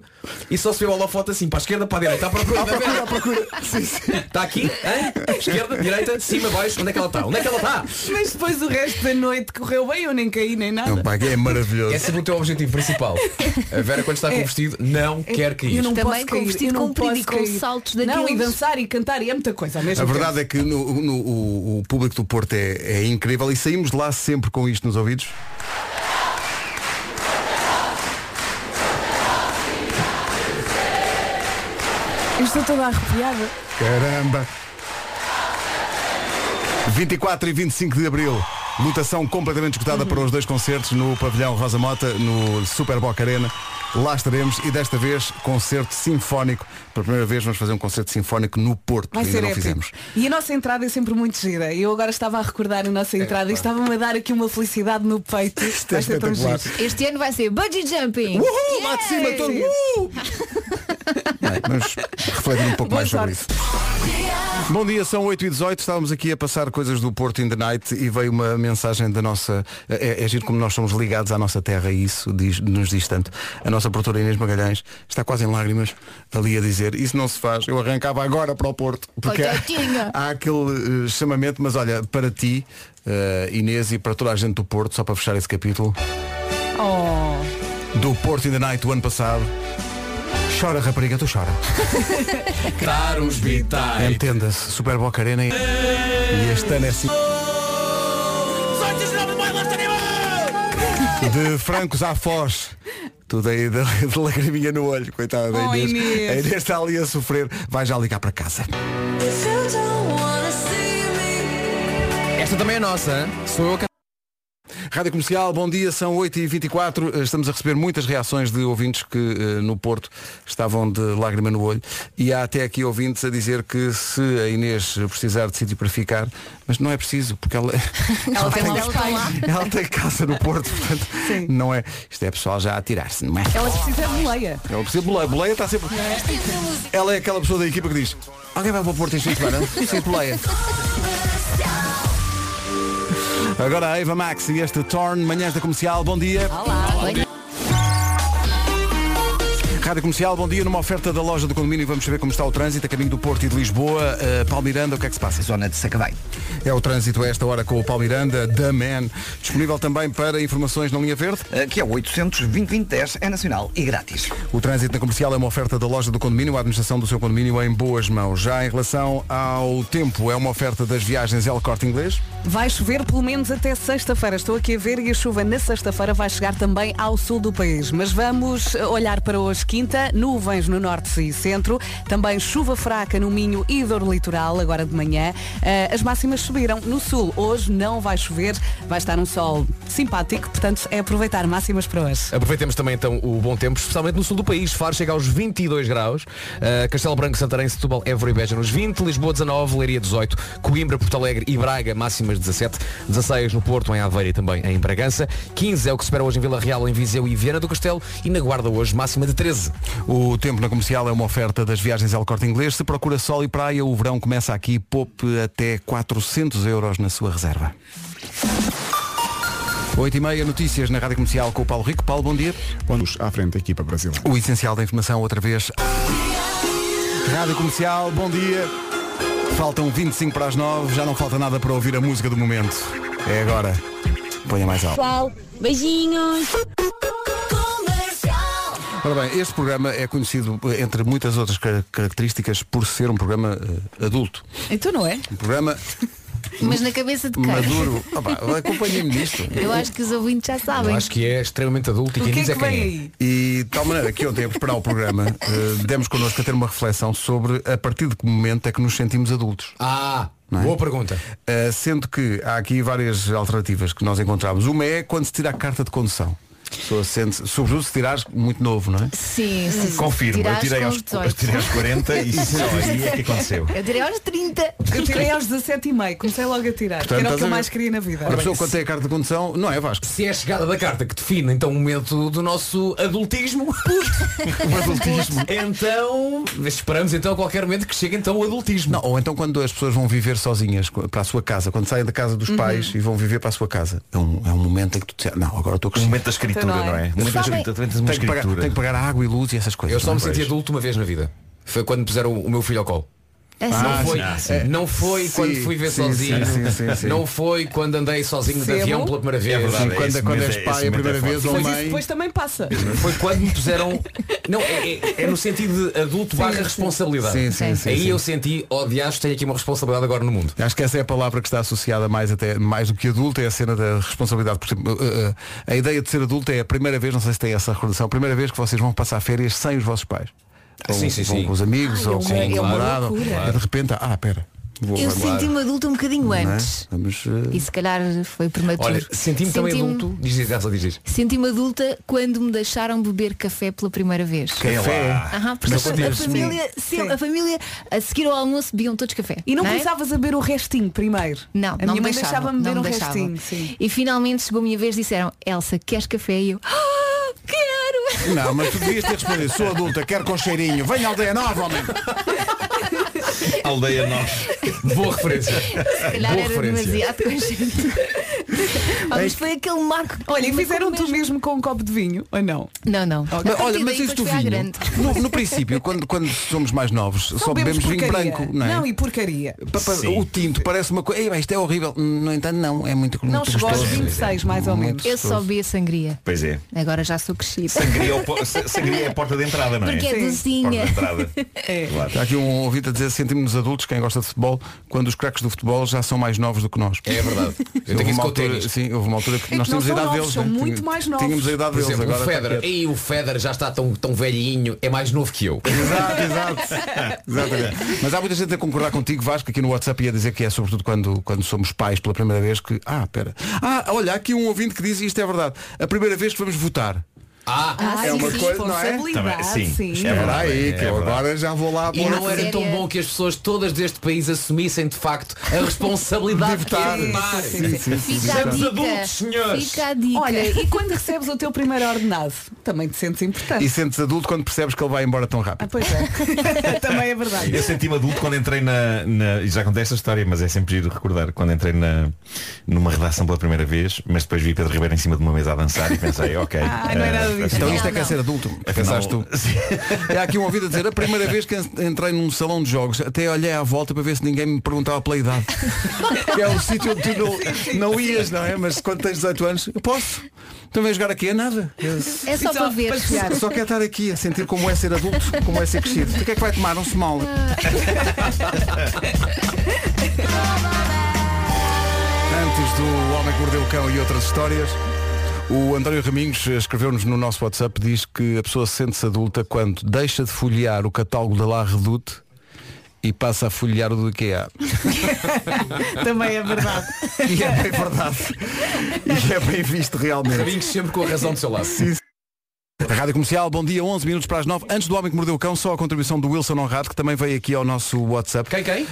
S8: e só se vê o holofote assim para a esquerda, para a direita, à procura, da Vera. Está aqui? Hein? Esquerda, direita, cima, baixo, onde é que ela está? Onde é que ela está?
S4: Mas depois o resto da noite correu bem, eu nem caí nem nada.
S2: Pá, que é maravilhoso.
S8: Esse é o teu objetivo principal. A Vera quando
S2: É.
S8: está com o vestido não quer cair.
S4: Eu não
S5: Também
S4: posso
S5: com
S4: cair,
S5: vestido
S4: eu não
S5: comprido
S4: posso
S5: e com
S4: cair.
S5: saltos
S4: Não,
S5: daqueles.
S4: e dançar e cantar e é muita coisa ao mesmo
S2: A verdade é que no- no- o, o público do Porto é, é incrível e saímos de lá sempre com isto nos ouvidos.
S4: tempo. Eu estou toda arrepiada.
S2: Caramba! 24 e 25 de Abril, lotação completamente esgotada para os dois concertos no Pavilhão Rosa Mota, no Super Boca Arena. Lá estaremos e desta vez concerto sinfónico. Pela primeira vez vamos fazer um concerto sinfónico no Porto,
S4: Vai
S2: que
S4: ser
S2: ainda não
S4: épico.
S2: fizemos.
S4: E a nossa entrada é sempre muito gira. Eu agora estava a recordar a nossa entrada e estava-me a dar aqui uma felicidade no peito. Isto
S2: é espetacular.
S5: Este ano vai ser bungee jumping.
S2: Uhul! Lá de cima, todo!
S4: Yay!
S2: Uhul! Bem, Vamos refletir um pouco
S4: Boa
S2: mais sobre
S4: sorte.
S2: isso. Bom dia, são 8 e 18 estávamos aqui a passar coisas do Porto in the Night e veio uma mensagem da nossa. É, é giro como nós somos ligados à nossa terra e isso diz- nos diz tanto. A nossa produtora Inês Magalhães está quase em lágrimas ali a dizer, isso não se faz, eu arrancava agora para o Porto. Porque há,
S5: Coitadinha.
S2: há aquele eh, chamamento, mas olha, para ti, eh, Inês, e para toda a gente do Porto, só para fechar esse capítulo,
S4: Oh.
S2: do Porto in the Night do ano passado. Chora rapariga, tu chora.
S8: Dar uns bitais.
S2: Entenda-se, Super Boca Arena e, e este ano é assim. De francos à foz. Tudo aí de, de lagriminha no olho, coitada da
S9: Oh,
S2: Inês.
S9: Inês.
S2: A Inês está ali a sofrer. Vai já ligar para casa.
S8: Esta também é nossa, hein? sou eu a cantar.
S2: Rádio Comercial, bom dia, são 8h24. Eh, Estamos a receber muitas reações de ouvintes que eh, no Porto estavam de lágrima no olho. E há até aqui ouvintes a dizer que se a Inês precisar de sítio para ficar, mas não é preciso, porque ela,
S5: Ela tem lá os
S2: ela tem casa no Porto, portanto, não é. Isto é pessoal já a tirar-se, não é?
S4: Ela precisa de leia.
S2: Ela precisa de boleia. Boleia está sempre. Ela é aquela pessoa da equipa que diz, alguém vai para o Porto este fim de semana? Sim, boleia. Agora a Eva Max e este Torn, manhãs da comercial, bom dia.
S5: Olá.
S2: Rádio Comercial, bom dia. Numa oferta da loja do condomínio, vamos saber como está o trânsito a caminho do Porto e de Lisboa. Uh, Palmiranda, o que é que se passa?
S7: Zona de Sacavém.
S2: É o trânsito a esta hora com o Palmiranda, da Man. Disponível também para informações na linha verde.
S7: Que é o 800 é nacional e grátis.
S2: O trânsito na comercial é uma oferta da loja do condomínio, a administração do seu condomínio em boas mãos. Já em relação ao tempo, é uma oferta das viagens El Corte Inglês.
S4: Vai chover pelo menos até sexta-feira. Estou aqui a ver e a chuva na sexta-feira vai chegar também ao sul do país. Mas vamos olhar para hoje quinta, nuvens no norte e centro, também chuva fraca no Minho e Douro Litoral, agora de manhã. Ah, As máximas subiram no sul. Hoje não vai chover, vai estar um sol simpático, portanto é aproveitar máximas para hoje.
S8: Aproveitemos também então o bom tempo, especialmente no sul do país. Faro chega aos 22 graus, uh, Castelo Branco, Santarém, Setúbal, Évora e Beja nos 20, Lisboa 19, Leiria 18, Coimbra, Porto Alegre e Braga máximas 17, 16 no Porto, em Aveiro e também em Bragança, 15 é o que se espera hoje em Vila Real, em Viseu e Viana do Castelo e na Guarda hoje máxima de 13.
S2: O tempo na comercial é uma oferta das viagens El Corte Inglês. Se procura sol e praia, o verão começa aqui. Poupe até 400 euros na sua reserva. 8 e meia, notícias na Rádio Comercial com o Paulo Rico. Paulo, bom dia.
S1: Vamos à frente da equipa Brasil.
S2: O essencial da informação outra vez. Rádio Comercial, bom dia. Faltam 25 para as 9, já não falta nada para ouvir a música do momento. É agora. Ponha mais alto.
S13: Pessoal, beijinhos.
S2: Ora bem, este programa é conhecido, eh, entre muitas outras car- características, por ser um programa eh, adulto.
S5: Então não é?
S2: Um programa
S5: Mas na cabeça de quem?
S2: maduro. Opa, Acompanhem-me nisto.
S5: Eu acho que os ouvintes já sabem.
S2: que é extremamente adulto
S5: e O quem que é diz é que quem vem é. aí?
S2: E de tal maneira que ontem a preparar o programa eh, demos connosco a ter uma reflexão sobre a partir de que momento é que nos sentimos adultos.
S8: Ah,
S5: é?
S8: boa pergunta.
S2: Eh, sendo que há aqui várias alternativas que nós encontramos. Uma é quando se tira a carta de condução. A pessoa sente, sobretudo se tirares muito novo, não é?
S5: Sim, sim.
S2: Confirmo, eu
S5: Tiraste
S2: tirei
S5: com
S2: aos-
S5: os 18.
S2: eu tirei aos 40 e só aí é que aconteceu.
S5: Eu tirei aos 30.
S4: Eu tirei aos 17 e meio, comecei logo a tirar,
S2: Portanto,
S4: que era o
S2: estás
S4: que eu
S2: a ver?
S4: mais queria na vida.
S2: A pessoa quando tem a carta de condução, não é Vasco?
S8: Se é a chegada da carta que define então o momento do nosso adultismo,
S2: o adultismo.
S8: então esperamos então a qualquer momento que chegue então o adultismo.
S2: Não, ou então quando as pessoas vão viver sozinhas co- para a sua casa, quando saem da casa dos
S8: Uhum.
S2: pais e vão viver para a sua casa, é um, é um momento em que tu disseres, não, agora estou com
S8: momento da escritura, Então não é? não é? Um momento da Sabem- escritura, também tens uma
S2: Tenho que pagar-
S8: escritura.
S2: tenho que pagar água e luz e essas coisas.
S8: Eu só
S2: não
S8: me
S2: é?
S8: senti adulto uma vez na vida. Foi quando puseram o meu filho ao colo.
S2: É
S8: não,
S2: sério?
S8: foi, eh,
S2: Ah, sim.
S8: não foi
S2: Sim,
S8: quando fui ver
S2: sim,
S8: sozinho.
S2: sim, sim, sim, sim.
S8: Não foi quando andei sozinho de
S2: Percebo.
S8: avião pela primeira vez.
S2: É verdade, Sim, quando- esse quando momento és é- pai esse a momento primeira é vez, forte. ou
S4: Mas isso
S8: mãe.
S4: depois também passa.
S8: Foi quando me puseram. Não, é, é- é no sentido de adulto
S4: Sim,
S8: barra
S4: sim.
S8: responsabilidade.
S2: Sim, sim, sim,
S8: Aí
S2: sim.
S8: eu senti, ó oh, diacho, tenho aqui uma responsabilidade agora no mundo.
S2: Acho que essa é a palavra que está associada mais até mais do que adulto, é a cena da responsabilidade. Por exemplo, uh, uh, a ideia de ser adulto é a primeira vez, não sei se tem essa recordação, a primeira vez que vocês vão passar férias sem os vossos pais.
S8: Ah, sim,
S2: Ou
S8: sim,
S2: vão
S8: sim.
S2: com os amigos,
S5: Ai,
S2: ou
S5: é
S2: com
S5: uma-
S2: o
S5: é uma
S2: namorado.
S5: loucura.
S2: e de repente, ah, pera. Vou
S5: Eu
S2: agora.
S5: senti-me adulto um bocadinho
S2: Não é?
S5: antes.
S2: Vamos, uh,
S5: E se calhar foi prematuro.
S8: Olha, senti-me também
S5: Senti-me-
S8: adulto. Diz diz, Elsa, diz diz.
S5: Senti-me adulta quando me deixaram beber café pela primeira vez.
S8: Café?
S5: Aham, porque
S8: Mas
S5: a
S8: contigo.
S5: família, sempre- a família a seguir ao almoço bebiam todos café.
S4: E não
S5: é?
S4: começavas a beber o restinho primeiro?
S5: Não,
S4: A
S5: não
S4: minha
S5: me
S4: mãe
S5: deixava,
S4: deixava-me
S5: não
S4: beber
S5: me
S4: um
S5: deixava.
S4: restinho, sim.
S5: E finalmente chegou a minha vez e disseram, Elsa, queres café? E eu, ah, quero!
S8: é
S2: Não, mas tu devias ter respondido, sou adulta, quero com cheirinho, venha aldeia nova, homem.
S8: Aldeia nós. Boa referência.
S5: Se calhar
S8: Boa
S5: era
S8: referência.
S5: demasiado consciente. Ah, Mas foi aquele marco.
S4: Olha, e fizeram-te o mesmo com um copo de vinho, ou não?
S5: Não, não.
S2: Mas, olha, mas isto do vinho, no, no princípio, quando, quando somos mais novos, só, bebemos vinho
S4: porcaria.
S2: branco, não é?
S4: e porcaria.
S2: Pa- pa- O tinto parece uma coisa. Isto é horrível. No entanto, não. É muito
S4: Não
S2: muito
S4: chegou aos
S2: gostoso.
S4: 26, mais ou menos.
S2: Muito
S5: Eu só vi a sangria.
S14: Pois é.
S5: Agora já sou crescida.
S14: Sangria, ao po- sa- sangria é a porta de entrada, não é?
S5: Porque é docinha.
S14: Porta de entrada. Claro.
S2: Está aqui um ouvinte a dizer, sentimos-nos adultos, quem gosta de futebol, quando os craques do futebol já são mais novos do que nós.
S8: É verdade. Eu
S2: Houve
S8: tenho isso
S2: uma
S8: com o
S2: altura,
S8: ténis.
S2: sim, houve uma altura que
S4: É
S2: nós
S4: que não
S2: tínhamos a
S4: são
S2: idade
S4: novos,
S2: deles.
S4: são
S2: né?
S4: muito
S2: Tinha-
S4: mais novos.
S2: Tínhamos a idade
S8: Por
S2: deles
S8: exemplo,
S2: agora. tá
S8: o
S2: está
S8: Federer.
S2: quieto.
S8: E o Federer já está tão, tão velhinho, é mais novo que eu.
S2: Exato, exato. Exatamente. Mas há muita gente a concordar contigo, Vasco, aqui no WhatsApp ia dizer que é sobretudo quando, quando somos pais pela primeira vez que. Ah, pera. Ah, olha, há aqui um ouvinte que diz, e isto é verdade, a primeira vez que vamos votar.
S8: Ah,
S2: é uma coisa, não é?
S8: responsabilidade, Também, sim, sim. é
S2: Espera
S8: verdade,
S2: aí,
S8: é
S2: que eu
S8: verdade.
S2: agora já vou lá
S8: E
S2: pôr-
S8: não era tão bom que as pessoas todas deste país assumissem de facto a responsabilidade é de votar.
S2: Sim, sim, sim, sim.
S8: Somos adultos, senhores.
S5: Fica a dica.
S4: Olha, e quando recebes o teu primeiro ordenado? Também te sentes importante.
S2: E sentes adulto quando percebes que ele vai embora tão rápido.
S4: Ah, pois é. Também é verdade.
S14: Eu senti-me adulto quando entrei na, na- e Já contei esta história, mas é sempre giro recordar Quando entrei na, numa redação pela primeira vez Mas depois vi Pedro Ribeiro em cima de uma mesa a dançar E pensei, ok
S2: Ah, não era
S14: eh,
S2: disso. Então isto é que é ser adulto, pensaste tu. É aqui um ouvido a dizer, a primeira vez que entrei num salão de jogos, até olhei à volta para ver se ninguém me perguntava pela idade. Que é o sítio onde tu não, não ias, não é? Mas quando tens 18 anos, eu posso. Também jogar aqui é nada. Eu-
S5: É só para ver.
S2: Só quer estar aqui a sentir como é ser adulto, como é ser crescido. O que é que vai tomar? Um small. Antes do Homem que Mordeu o Cão e outras histórias, o António Raminhos escreveu-nos no nosso WhatsApp, diz que a pessoa sente-se adulta quando deixa de folhear o catálogo da La Redoute e passa a folhear o do IKEA.
S4: Também é verdade.
S2: E é bem verdade. E é bem visto realmente.
S8: Raminhos sempre com a razão do seu lado.
S2: A Rádio Comercial, bom dia, 11 minutos para as 9. Antes do Homem que Mordeu o Cão, só a contribuição do Wilson Honrado, que também veio aqui ao nosso WhatsApp. Quem,
S8: quem?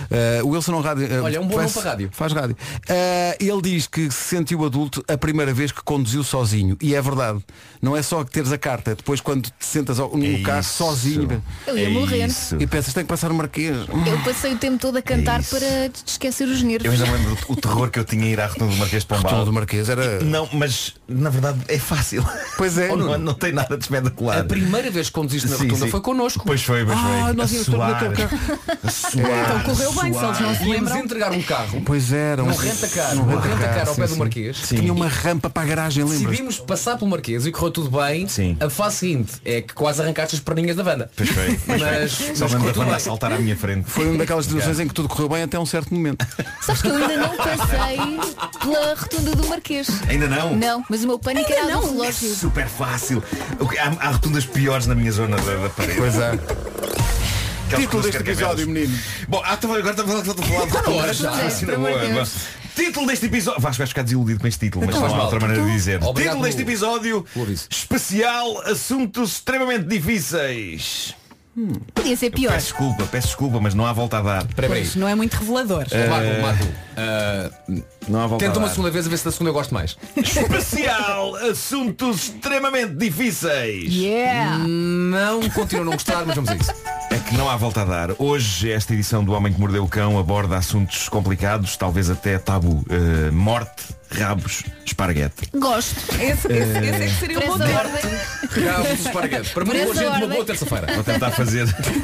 S2: o Wilson Honrado. eh,
S8: Olha, é um bom nome
S2: faz-
S8: para rádio.
S2: Faz rádio. Eh, ele diz que se sentiu adulto a primeira vez que conduziu sozinho. E é verdade. Não é só que teres a carta. Depois, quando te sentas ao- no carro Um sozinho.
S5: Eu ia É morrer. isso.
S2: E pensas, tenho que passar o Marquês.
S8: Hum.
S5: Eu passei o tempo todo a cantar para esquecer os nervos.
S14: É Eu ainda me lembro o terror que eu tinha a ir à Rotunda do Marquês de Pombal.
S2: Rotunda do Marquês era...
S14: Não, mas na verdade é fácil.
S2: Pois
S8: Oh,
S2: é.
S14: não, não tem nada de espetacular.
S8: A primeira vez que conduziste na
S14: Sim,
S8: rotunda
S14: sim.
S8: foi connosco.
S14: Pois foi, pois foi.
S8: Ah,
S14: A
S8: nós íamos todos no
S14: suar,
S8: teu carro.
S14: a suar,
S8: Então correu
S14: a
S8: bem, só eles não se
S14: suar.
S8: lembram. Íamos entregar um carro.
S2: Pois era.
S8: Num renta-car,
S2: num
S8: num renta-car ao
S2: sim,
S8: pé do
S2: sim.
S8: Marquês.
S2: Tinha uma rampa para a garagem, lembras?
S8: Decidimos passar pelo Marquês e correu tudo bem. A fase seguinte é que quase arrancaste as perninhas da banda.
S14: Pois foi. pois foi.
S8: Mas- mas
S14: Só me lembro
S8: correu
S14: da
S8: tudo
S14: banda a
S8: bem.
S14: saltar à minha frente.
S2: Foi uma daquelas situações em que tudo correu bem até um certo momento.
S5: Sabes que eu ainda não passei pela rotunda do Marquês.
S14: Ainda não?
S5: Não, mas o meu pânico era não. do relógio.
S14: É Super fácil. O que- Há, há rotundas piores na minha zona da, da parede.
S2: Pois é.
S14: Título deste episódio,
S2: menino.
S14: Bom, ah, também, agora estamos a voltar a falar de
S8: Está na hora
S14: rotundas.
S8: já.
S14: Ah, sim,
S8: Pelo amor de
S14: boa,
S8: Deus.
S14: boa. Título deste episódio. Vasco vai ficar desiludido com este título, mas
S8: Então,
S14: não há
S8: Vasco,
S14: outra maneira de
S8: tu-
S14: dizer.
S8: Obrigado
S14: Título deste
S8: pelo-
S14: episódio especial assuntos extremamente difíceis.
S5: Podia ser pior.
S14: Peço desculpa, peço desculpa, mas não há volta a dar.
S4: Pois, não é muito revelador.
S2: Ah,
S14: Eh,
S8: Marco, Marco,
S14: não há volta
S8: Tenta
S14: a
S8: uma
S14: dar.
S8: segunda vez a ver se da segunda eu gosto mais.
S14: Especial assuntos extremamente difíceis.
S8: Yeah!
S5: Hum.
S8: Não continuo a não gostar, mas vamos a isso.
S14: É que não há volta a dar. Hoje esta edição do Homem que Mordeu o Cão aborda assuntos complicados, talvez até tabu. Eh, morte, rabos, esparguete.
S5: Gosto.
S4: Esse, esse- esse é que seria o bom
S5: Parece a
S4: tema.
S5: ordem.
S8: Rabos, esparguete. Para mim,
S5: Parece
S8: hoje é
S5: a
S8: uma
S5: ordem.
S8: boa terça-feira.
S14: Vou tentar fazer.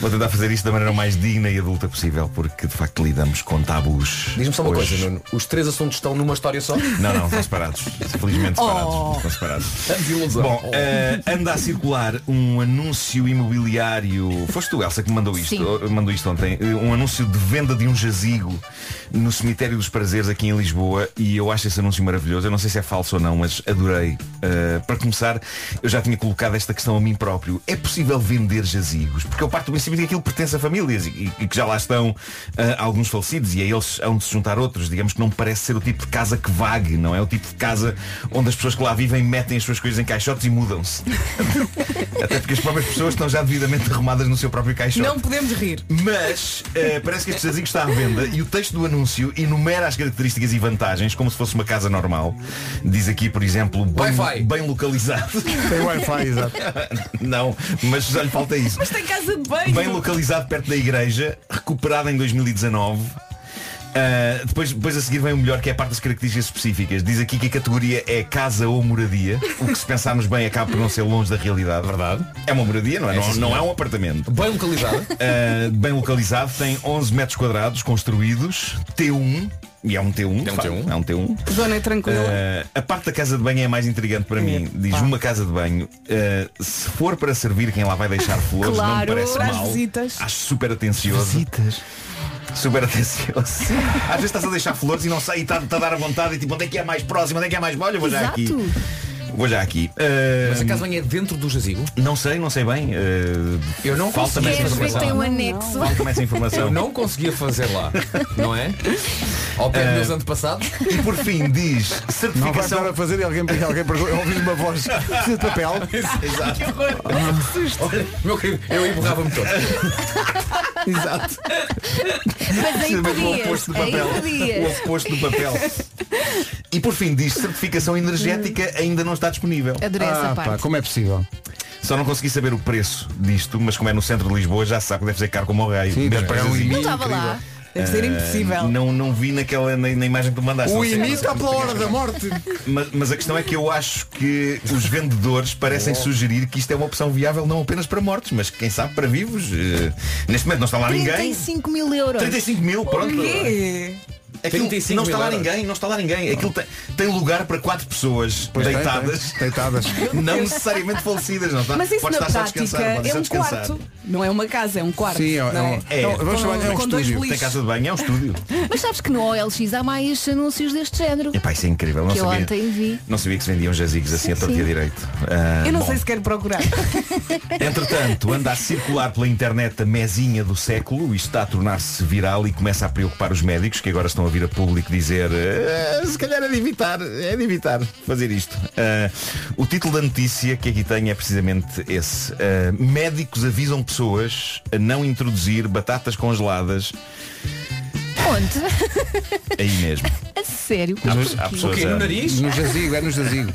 S14: Vou tentar fazer isto da maneira mais digna e adulta possível, porque de facto lidamos com tabus.
S8: Diz-me só uma
S14: hoje.
S8: coisa, Nuno. Os três assuntos estão numa história só?
S14: Não, não, estão separados. Felizmente
S8: Oh.
S14: separados. Estão separados. Bom, eh, anda a circular um anúncio imobiliário. Foste tu, Elsa, que me mandou isto,
S5: Sim.
S14: eh, mandou isto ontem. Eh, Um anúncio de venda de um jazigo no cemitério dos prazeres aqui em Lisboa e eu acho esse anúncio maravilhoso. Eu não sei se é falso ou não, mas adorei. Eh, para começar, eu já tinha colocado esta questão a mim próprio. É possível vender jazigos? Porque eu parto do princípio que aquilo pertence a famílias e, e- e que já lá estão eh, alguns falecidos e a eles hão de se juntar outros. Digamos que não parece ser o tipo de casa que vague, não é o tipo de casa onde as pessoas que lá vivem metem as suas coisas em caixotes e mudam-se. Até porque as próprias pessoas estão já devidamente arrumadas no seu próprio caixote.
S4: Não podemos rir.
S14: Mas eh, parece que este jazigo está à venda e o texto do anúncio enumera as características e e vantagens, como se fosse uma casa normal. Diz aqui, por exemplo, bem, bem localizado.
S2: Tem Wi-Fi, exato.
S14: Não, mas já lhe falta isso.
S4: Mas tem casa de banho.
S14: Bem localizado perto da igreja, recuperada em 2019. Ah, depois, depois a seguir vem o melhor que é a parte das características específicas. Diz aqui que a categoria é casa ou moradia, o que se pensarmos bem acaba por não ser longe da realidade. Verdade. É uma moradia, não é?
S8: É,
S14: Não,
S8: sim,
S14: não
S8: senhor.
S14: é um apartamento.
S8: Bem localizada.
S14: Ah, bem localizado, tem 11 metros quadrados construídos, T1, e é um T1, de facto, é um T1.
S4: Zona tranquila.
S14: Eh, a parte da casa de banho é a mais intrigante para mim. Diz uma casa de banho. eh, se for para servir quem lá vai deixar flores, não me
S4: Claro,
S14: parece
S4: para as
S14: mal.
S4: visitas.
S14: Acho super atencioso. Visitas. Super atencioso. Às vezes estás a deixar flores e não sei, e está está a dar a vontade e tipo, onde é que é mais próximo, onde é que é mais. Olha, vou já aqui. Vou já aqui. Eh,
S8: Mas a casa de banho é dentro do jazigo?
S14: Não sei, não sei bem. Eh,
S8: Eu não
S5: é
S14: Falta-me essa
S8: conseguia fazer
S14: informação.
S8: lá.
S5: um anexo.
S14: Falta-me essa
S8: um
S14: informação.
S8: Eu não conseguia fazer lá, não é? Ao pé dos
S14: Eh,
S8: meus antepassados.
S14: E por fim diz
S2: Não vai
S14: certificação.
S2: estar a fazer e alguém, alguém pergunta, eu ouvi uma voz precisa de papel.
S14: Exato.
S8: Meu querido, eu emborrava-me todo.
S14: Exato.
S5: Mas em
S14: Precisamente o
S5: pedias,
S14: oposto do
S5: em
S14: papel.
S5: pedias.
S14: O oposto do papel. E por fim diz certificação energética ainda não está disponível.
S5: Adorei essa Ah, pá, parte.
S14: como é possível? Só não consegui saber o preço disto, mas como é no centro de Lisboa já se sabe que deve ser caro como o raio. Mesmo
S2: pagar
S14: assim.
S2: um IMI Não
S5: estava lá. incrível.
S4: Deve ser
S14: Ah,
S4: impossível.
S14: Não, não vi naquela, na, na imagem que tu mandaste.
S2: O
S14: Não sei- não
S2: IMI
S14: sei
S2: está
S14: como
S2: pela
S14: é que
S2: hora
S14: é.
S2: da morte.
S14: Mas, mas a questão é que eu acho que os vendedores parecem sugerir que isto é uma opção viável não apenas para mortos, mas quem sabe para vivos. Eh, neste momento não está lá ninguém.
S5: 35 mil euros.
S14: 35 mil, pronto.
S5: O quê?
S14: Aquilo
S8: 35
S14: É não está
S8: mil
S14: lá
S8: euros.
S14: ninguém, não está lá ninguém. Aquilo tem, tem lugar para quatro pessoas
S2: Pois tem,
S14: deitadas.
S2: tem. Deitadas.
S14: Não necessariamente falecidas, não está?
S4: Mas isso
S14: pode
S4: na
S14: estar só a
S4: prática
S14: descansar, pode
S4: é
S14: só
S4: um
S14: descansar.
S4: quarto. Não é uma casa, é um quarto.
S14: Sim, é,
S4: não
S14: é um- é, vamos chamar- é um
S4: com dois
S14: estúdio. Tem
S4: beliches.
S14: casa de banho, é um estúdio.
S5: Mas sabes que no OLX há mais anúncios deste género.
S14: Epá, isso é incrível. Não
S5: que eu
S14: sabia,
S5: ontem vi.
S14: não sabia que se vendiam jazigos assim a torto e a
S5: sim.
S14: direito. Ah,
S4: Eu não
S14: bom.
S4: sei se quero procurar.
S14: Entretanto, anda a circular pela internet a mesinha do século, isto está a tornar-se viral e começa a preocupar os médicos que agora estão a vir a público dizer "Ah, se calhar é de evitar, é de evitar fazer isto. Ah, o título da notícia que aqui tenho é precisamente esse. Ah, médicos avisam pessoas a não introduzir batatas congeladas
S5: Onde?
S14: aí mesmo.
S5: A sério?
S14: Há-
S5: Mas
S14: há
S5: porquê?
S14: pessoas
S8: Eh,
S14: a-
S2: No jazigo, é no jazigo.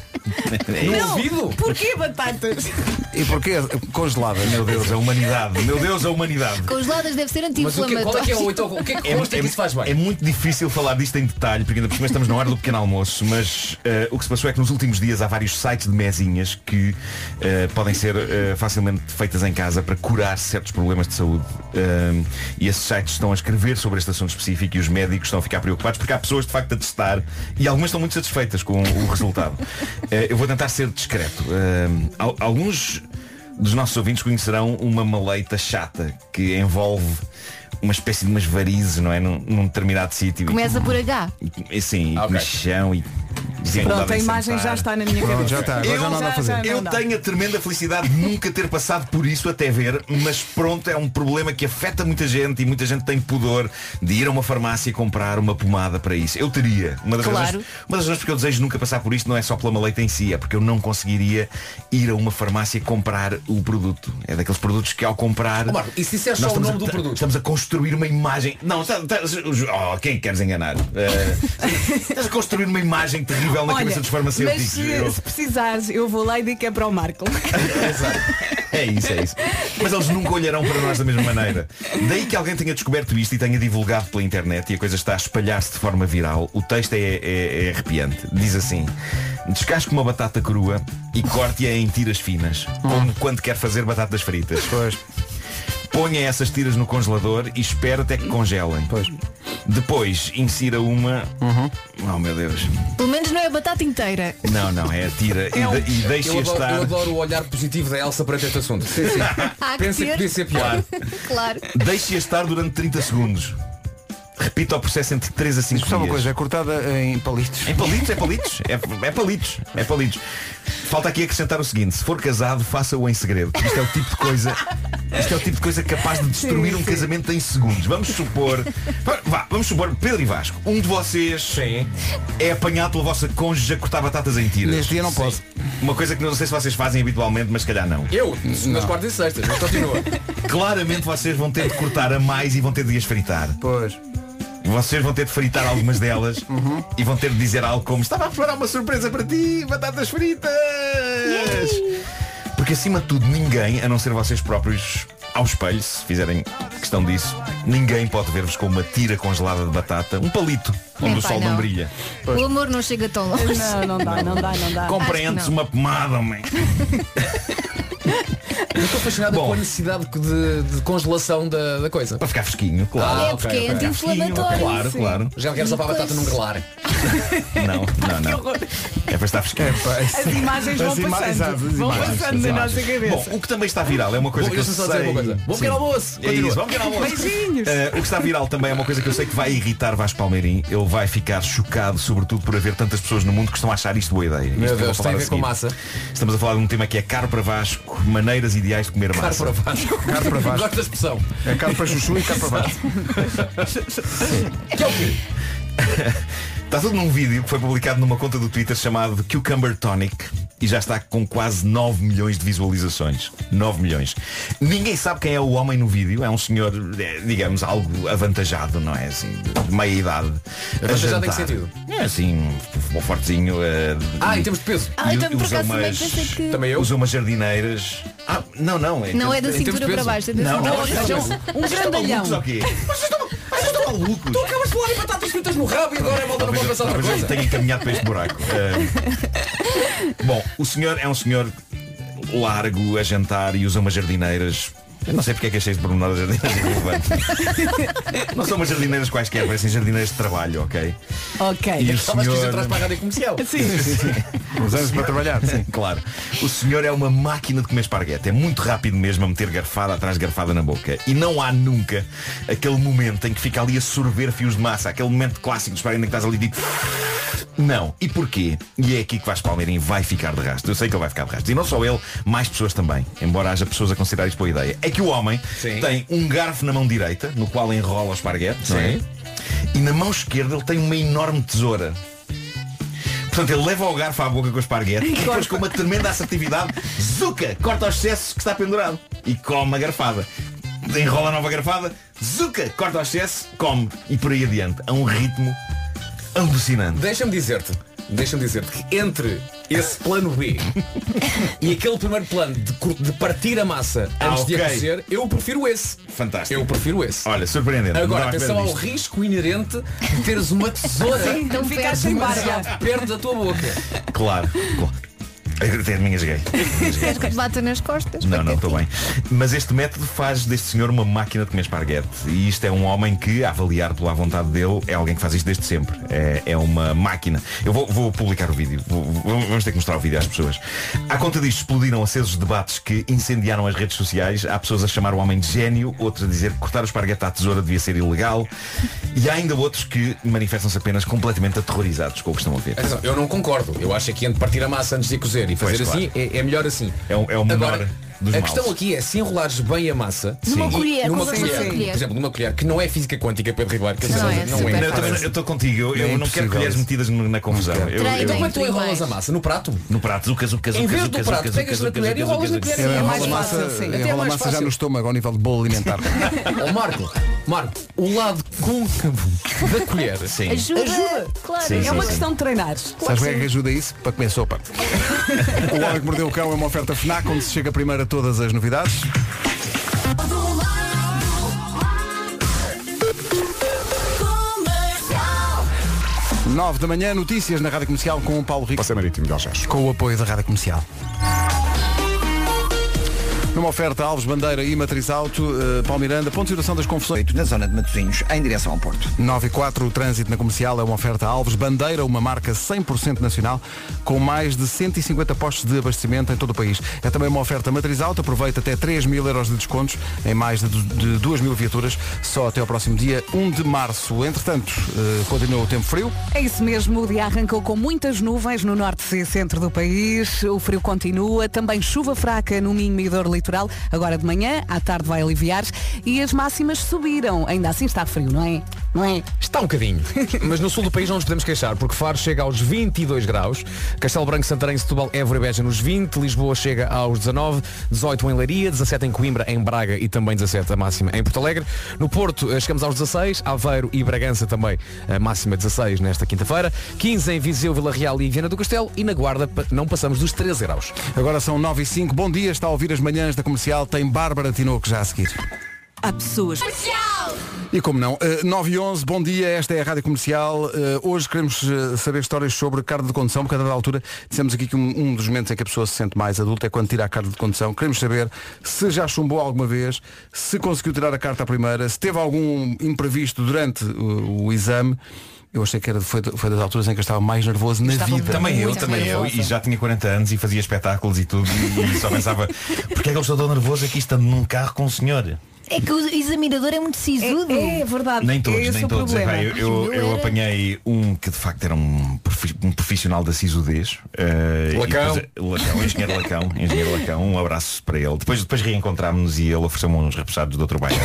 S14: Não.
S4: ouvido? Porquê batatas?
S2: E porquê né? congeladas?
S14: Meu Deus, a humanidade. Meu Deus, a humanidade.
S5: Congeladas deve ser
S8: é
S5: anti-inflamatório.
S8: então,
S14: é muito difícil falar disto em detalhe, porque ainda por cima estamos na hora do pequeno almoço, mas eh, o que se passou é que nos últimos dias há vários sites de mesinhas que eh, podem ser eh, facilmente feitas em casa para curar certos problemas de saúde. Eh, e esses sites estão a escrever sobre este assunto específico e os médicos estão a ficar preocupados porque há pessoas de facto a testar e algumas estão muito satisfeitas com o resultado. Eh, eu vou tentar ser discreto. Eh, al- alguns dos nossos ouvintes conhecerão uma maleita chata que envolve uma espécie de umas varizes, não é? Num, num determinado sítio.
S5: Começa por H.
S14: E, sim, e mexão e dificuldade
S4: Pronto, a
S14: em
S4: imagem
S14: sentar.
S4: já está na minha
S14: um Pronto,
S4: cabeça.
S14: já é está. Agora
S4: Eu-
S14: já não há nada a fazer.
S4: já não
S14: Eu
S4: dá.
S14: tenho a tremenda felicidade de nunca ter passado por isso até ver, mas pronto, é um problema que afeta muita gente e muita gente tem pudor de ir a uma farmácia e comprar uma pomada para isso. Eu teria. Uma das,
S5: Claro.
S14: razões, uma das razões porque eu desejo nunca passar por isto não é só pela maleita em si, é porque eu não conseguiria ir a uma farmácia comprar o produto. É daqueles produtos que ao comprar.
S8: Ó, Marco, e se disseres
S14: nós
S8: só o
S14: estamos
S8: nome
S14: a-
S8: do produto?
S14: Estamos a construir uma imagem. Não, está, está- oh, quem queres enganar? Eh, estás a construir uma imagem terrível na cabeça dos farmacêuticos.
S4: mas se,
S14: Eu-
S4: se precisares, eu vou lá e digo que é para o Marco.
S14: Exato. É isso, é isso. Mas eles nunca olharão para nós da mesma maneira. Daí que alguém tenha descoberto isto e tenha divulgado pela internet e a coisa está a espalhar-se de forma viral. O texto é, é- é arrepiante. Diz assim, descasque uma batata crua e corte-a em tiras finas, como quando quer fazer batatas fritas. Ponha essas tiras no congelador e espere até que congelem. Depois insira uma. Oh meu Deus.
S5: Pelo menos não é a batata inteira.
S14: Não, não, é a tira e,
S8: É um-
S14: de- e deixa
S8: eu, adoro,
S14: estar.
S8: eu adoro o olhar positivo da Elsa para este assunto. Sim, sim.
S5: Há que
S8: Pensa que
S5: ter.
S8: podia ser pior.
S5: Claro.
S14: Deixe-a estar durante 30 segundos. Repita o processo entre 3 a 5 dias.
S2: Só uma coisa, é cortada em palitos.
S14: É palitos, é palitos. É, é palitos, é palitos. Falta aqui acrescentar o seguinte, se for casado, faça-o em segredo. Isto é o tipo de coisa. Isto é o tipo de coisa capaz de destruir um casamento em segundos. Vamos supor. vá, Vá, vamos supor, Pedro e Vasco, um de vocês é apanhado pela vossa cônjuge a cortar batatas em tiras.
S2: Neste dia não posso.
S14: Uma coisa que não sei se vocês fazem habitualmente, mas se calhar não.
S8: Eu, nas quartas e sextas, mas continua.
S14: Claramente vocês vão ter de cortar a mais e vão ter de as fritar.
S2: Pois.
S14: Vocês vão ter de fritar algumas delas e vão ter de dizer algo como estava a preparar uma surpresa para ti, batatas fritas! Porque acima de tudo ninguém, a não ser vocês próprios, ao espelho, se fizerem questão disso, ninguém pode ver-vos com uma tira congelada de batata, um palito, onde o
S5: Epá,
S14: sol não,
S5: não.
S14: brilha.
S5: O amor não chega tão longe.
S4: Não, não dá, não dá, não dá.
S14: Compreendes uma pomada, homem.
S8: Eu estou fascinado com a necessidade de, de congelação da, da coisa. Para
S14: ficar fresquinho,
S5: claro. É, porque é anti-inflamatório,
S8: Claro,
S5: sim.
S8: claro. Já não quero só para a batata não
S5: Pois.
S8: grelar.
S14: Não, não, não. É para estar fresquinho.
S4: As imagens vão As ima- passando. exato, as Vão imagens, passando as na nossa imagens. cabeça.
S14: Bom, o que também está viral é uma coisa
S8: Bom,
S14: que eu
S8: deixa-me
S14: sei...
S8: só dizer uma coisa. Bom pequeno
S14: Sim.
S8: almoço.
S14: É
S8: Continua.
S14: isso, bom pequeno almoço.
S8: Beijinhos.
S14: Eh, o que está viral também é uma coisa que eu sei que vai irritar Vasco Palmeirim. Ele vai ficar chocado, sobretudo por haver tantas pessoas no mundo que estão a achar isto boa ideia. Isto
S8: Meu
S14: é que eu vou
S8: Deus,
S14: falar
S8: tem a ver com
S14: seguir.
S8: massa.
S14: Estamos a falar de um tema que é caro para Vasco, maneiras ideais de comer
S8: Caro
S14: massa.
S8: para Vasco. Caro para Vasco. Gosto da expressão.
S14: É
S8: caro para chuchu e caro para Vasco.
S14: Que é o quê? Está tudo num vídeo que foi publicado numa conta do Twitter chamado Cucumber Tonic e já está com quase 9 milhões de visualizações. 9 milhões. Ninguém sabe quem é o homem no vídeo. É um senhor, eh, digamos, algo avantajado, não é? Assim, de meia idade. a
S8: Avantajado em que
S14: jantar.
S8: sentido?
S14: É assim, um fortezinho. eh,
S8: Ah, em termos de peso.
S5: Ah,
S14: e
S5: então, por
S14: usa
S5: acaso, também
S14: umas-
S5: pensei que- Também
S8: eu?
S14: Usa umas jardineiras. Ah, não, não. em
S5: Não
S14: termos-
S5: é da
S14: em termos de
S5: cintura para
S14: peso.
S5: baixo, é da
S14: Não,
S5: cintura
S14: não,
S5: para
S14: não,
S5: baixo.
S14: não.
S5: Um
S14: Vocês estão
S5: grandalhão.
S14: malucos ou quê? Vocês estão malucos.
S8: Tu acabas de falar em batatas fritas no rabo e agora é volta não
S14: Talvez
S8: pode
S14: eu-
S8: pensar outra
S14: talvez
S8: coisa.
S14: eu tenha encaminhado para este buraco. Ah, bom, o senhor é um senhor largo a jantar e usa umas jardineiras. Eu não sei porque é que achei de pormenor das jardineiras irrelevante. Não são umas jardineiras quaisquer, parecem jardineiras de trabalho, ok?
S4: Ok.
S14: E o
S8: Estavas É, que
S14: senhor-
S8: atrás para a rádio comercial.
S14: Os anos para trabalhar, sim. Claro. O senhor é uma máquina de comer esparguete. É muito rápido mesmo a meter garfada atrás de garfada na boca. E não há nunca aquele momento em que fica ali a sorver fios de massa. Aquele momento clássico do esparguete em que estás ali e digo... Não. E porquê? E é aqui que Vasco Palmeirim vai ficar de rastro. Eu sei que ele vai ficar de rastro. E não só ele, mais pessoas também. Embora haja pessoas a considerar isto boa ideia. É que o homem tem um garfo na mão direita, no qual enrola o esparguete, não é? E na mão esquerda ele tem uma enorme tesoura. Portanto, ele leva o garfo à boca com o esparguete e depois com uma tremenda assertividade, zuca, corta o excesso que está pendurado e come a garfada. Enrola a nova garfada, zuca, corta o excesso, come e por aí adiante. A um ritmo alucinante.
S8: Deixa-me dizer-te, deixa-me dizer-te que entre esse plano B e aquele primeiro plano de, cur- de partir a massa
S14: Ah,
S8: antes de
S14: ok.
S8: aquecer, eu prefiro esse.
S14: Fantástico.
S8: Eu prefiro esse.
S14: Olha, surpreendente.
S8: Agora,
S14: Não estava à
S8: atenção
S14: espera
S8: ao
S14: disto.
S8: risco inerente de teres uma tesoura
S4: Sim, então ficaste sem
S8: demasiado
S4: barba.
S8: perto da tua boca.
S14: Claro, claro. Até de minhas gay.
S5: Queres que te bata nas costas?
S14: Não, não, estou bem. Mas este método faz deste senhor uma máquina de comer esparguete. E isto é um homem que, a avaliar pela vontade dele, é alguém que faz isto desde sempre. É, é uma máquina. Eu vou, vou publicar o vídeo. Vou- vou- vamos ter que mostrar o vídeo às pessoas. À conta disto, explodiram acesos debates que incendiaram as redes sociais. Há pessoas a chamar o homem de gênio, outros a dizer que cortar o esparguete à tesoura devia ser ilegal. E há ainda outros que manifestam-se apenas completamente aterrorizados com o que estão a ver.
S8: Atenção, eu não concordo. Eu acho que entre partir a massa antes de cozer e fazer
S14: Pois,
S8: assim é, é melhor assim.
S14: É, o- é o menor
S8: Agora,
S14: dos
S8: a
S14: males.
S8: questão aqui é se enrolares bem a massa
S14: Numa
S8: e-
S14: colher,
S8: numa
S14: com uma
S8: colher,
S14: colher.
S8: por exemplo, numa colher que não é física quântica Pedro Ribeiro, que
S14: Não
S8: atenção,
S14: é, super Não, eu também-
S8: fácil.
S14: eu estou contigo, eu- eu É não quero impossível colheres isso. metidas no- na confusão. Eu- eu-
S8: Então como é que tu
S14: Treinem,
S8: enrolas a massa? No prato?
S14: No prato, zuca, zuca,
S8: Em
S14: zuca,
S8: vez
S14: zuca,
S8: do prato,
S14: zuca,
S8: pegas
S14: zuca,
S8: na colher
S14: zuca,
S8: e enrolas
S14: zuca,
S8: na colher.
S14: zuca, zuca,
S8: É mais
S14: zuca,
S8: fácil,
S14: zuca,
S8: sim.
S14: zuca.
S8: Até é
S2: Enrola
S8: mais
S2: massa já
S8: fácil.
S2: no estômago ao nível de bolo alimentar.
S8: Ó Marco, Marco, o lado côncavo da colher
S14: Sim.
S4: Ajuda. Claro.
S2: Sim,
S4: é
S2: sim,
S4: uma
S2: sim.
S4: questão de treinares.
S14: é
S2: Sabes bem que ajuda isso? Para comer sopa. o Homem que Mordeu o Cão é uma oferta FNAC onde se chega primeiro a todas as novidades. Nove da manhã, notícias na Rádio Comercial com o Paulo Rico.
S1: Você é Marítimo de Algés.
S2: Com o apoio da Rádio Comercial. Numa oferta Alves Bandeira e Matriz Auto, eh, Paulo Miranda, ponto de situação das confusões.
S7: Na zona de Matosinhos, em direção ao Porto.
S2: 9 e 4, o trânsito na comercial é uma oferta a Alves Bandeira, uma marca 100% nacional, com mais de 150 postos de abastecimento em todo o país. É também uma oferta matriz alta, aproveita até 3 mil euros de descontos em mais de, du- de 2 mil viaturas, só até ao próximo dia 1 de março. Entretanto, eh, continua o tempo frio.
S4: É isso mesmo, o dia arrancou com muitas nuvens no norte e centro do país, o frio continua, também chuva fraca no Minho e Douro Litoral, agora de manhã, à tarde vai aliviar e as máximas subiram, ainda assim está frio, não é? não é?
S8: Está um bocadinho. Mas no sul do país não nos podemos queixar, porque Faro chega aos 22 graus, Castelo Branco, Santarém, Setúbal, Évora e Beja nos 20, Lisboa chega aos 19, 18 em Leiria, 17 em Coimbra, em Braga e também 17 a máxima em Porto Alegre. No Porto eh, chegamos aos 16, Aveiro e Bragança também a máxima 16 nesta quinta-feira, 15 em Viseu, Vila Real e Viana do Castelo e na Guarda pa- não passamos dos 13 graus.
S2: Agora são 9 e 5. Bom dia, está a ouvir as manhãs da comercial. Tem Bárbara Tinoco já a seguir.
S15: Há pessoas.
S4: É,
S2: E como não? eh, 9 e 11, bom dia, esta é a Rádio Comercial. Eh, hoje queremos eh, saber histórias sobre carne de condução, porque a dada altura dissemos aqui que um, um dos momentos em que a pessoa se sente mais adulta é quando tira a carne de condução. Queremos saber se já chumbou alguma vez, se conseguiu tirar a carta à primeira, se teve algum imprevisto durante o, o exame. Eu achei que era, foi, foi das alturas em que eu estava mais nervoso na vida.
S14: Também eu, também eu. E já tinha 40 anos e fazia espetáculos e tudo. E só pensava, porque é que eu estou tão nervoso aqui estando num carro com o senhor?
S5: É que o examinador é muito sisudo. É, verdade.
S14: Nem todos, nem todos. é Epá, eu, eu, eu
S5: Era-
S14: apanhei um que de facto era um, profi- um profissional da sisudez. eh,
S8: Lacão.
S14: e depois- Lacão, engenheiro Lacão, engenheiro Lacão, um abraço para ele. Depois, depois reencontrámos-nos e ele ofereceu-me uns repousados do outro bairro.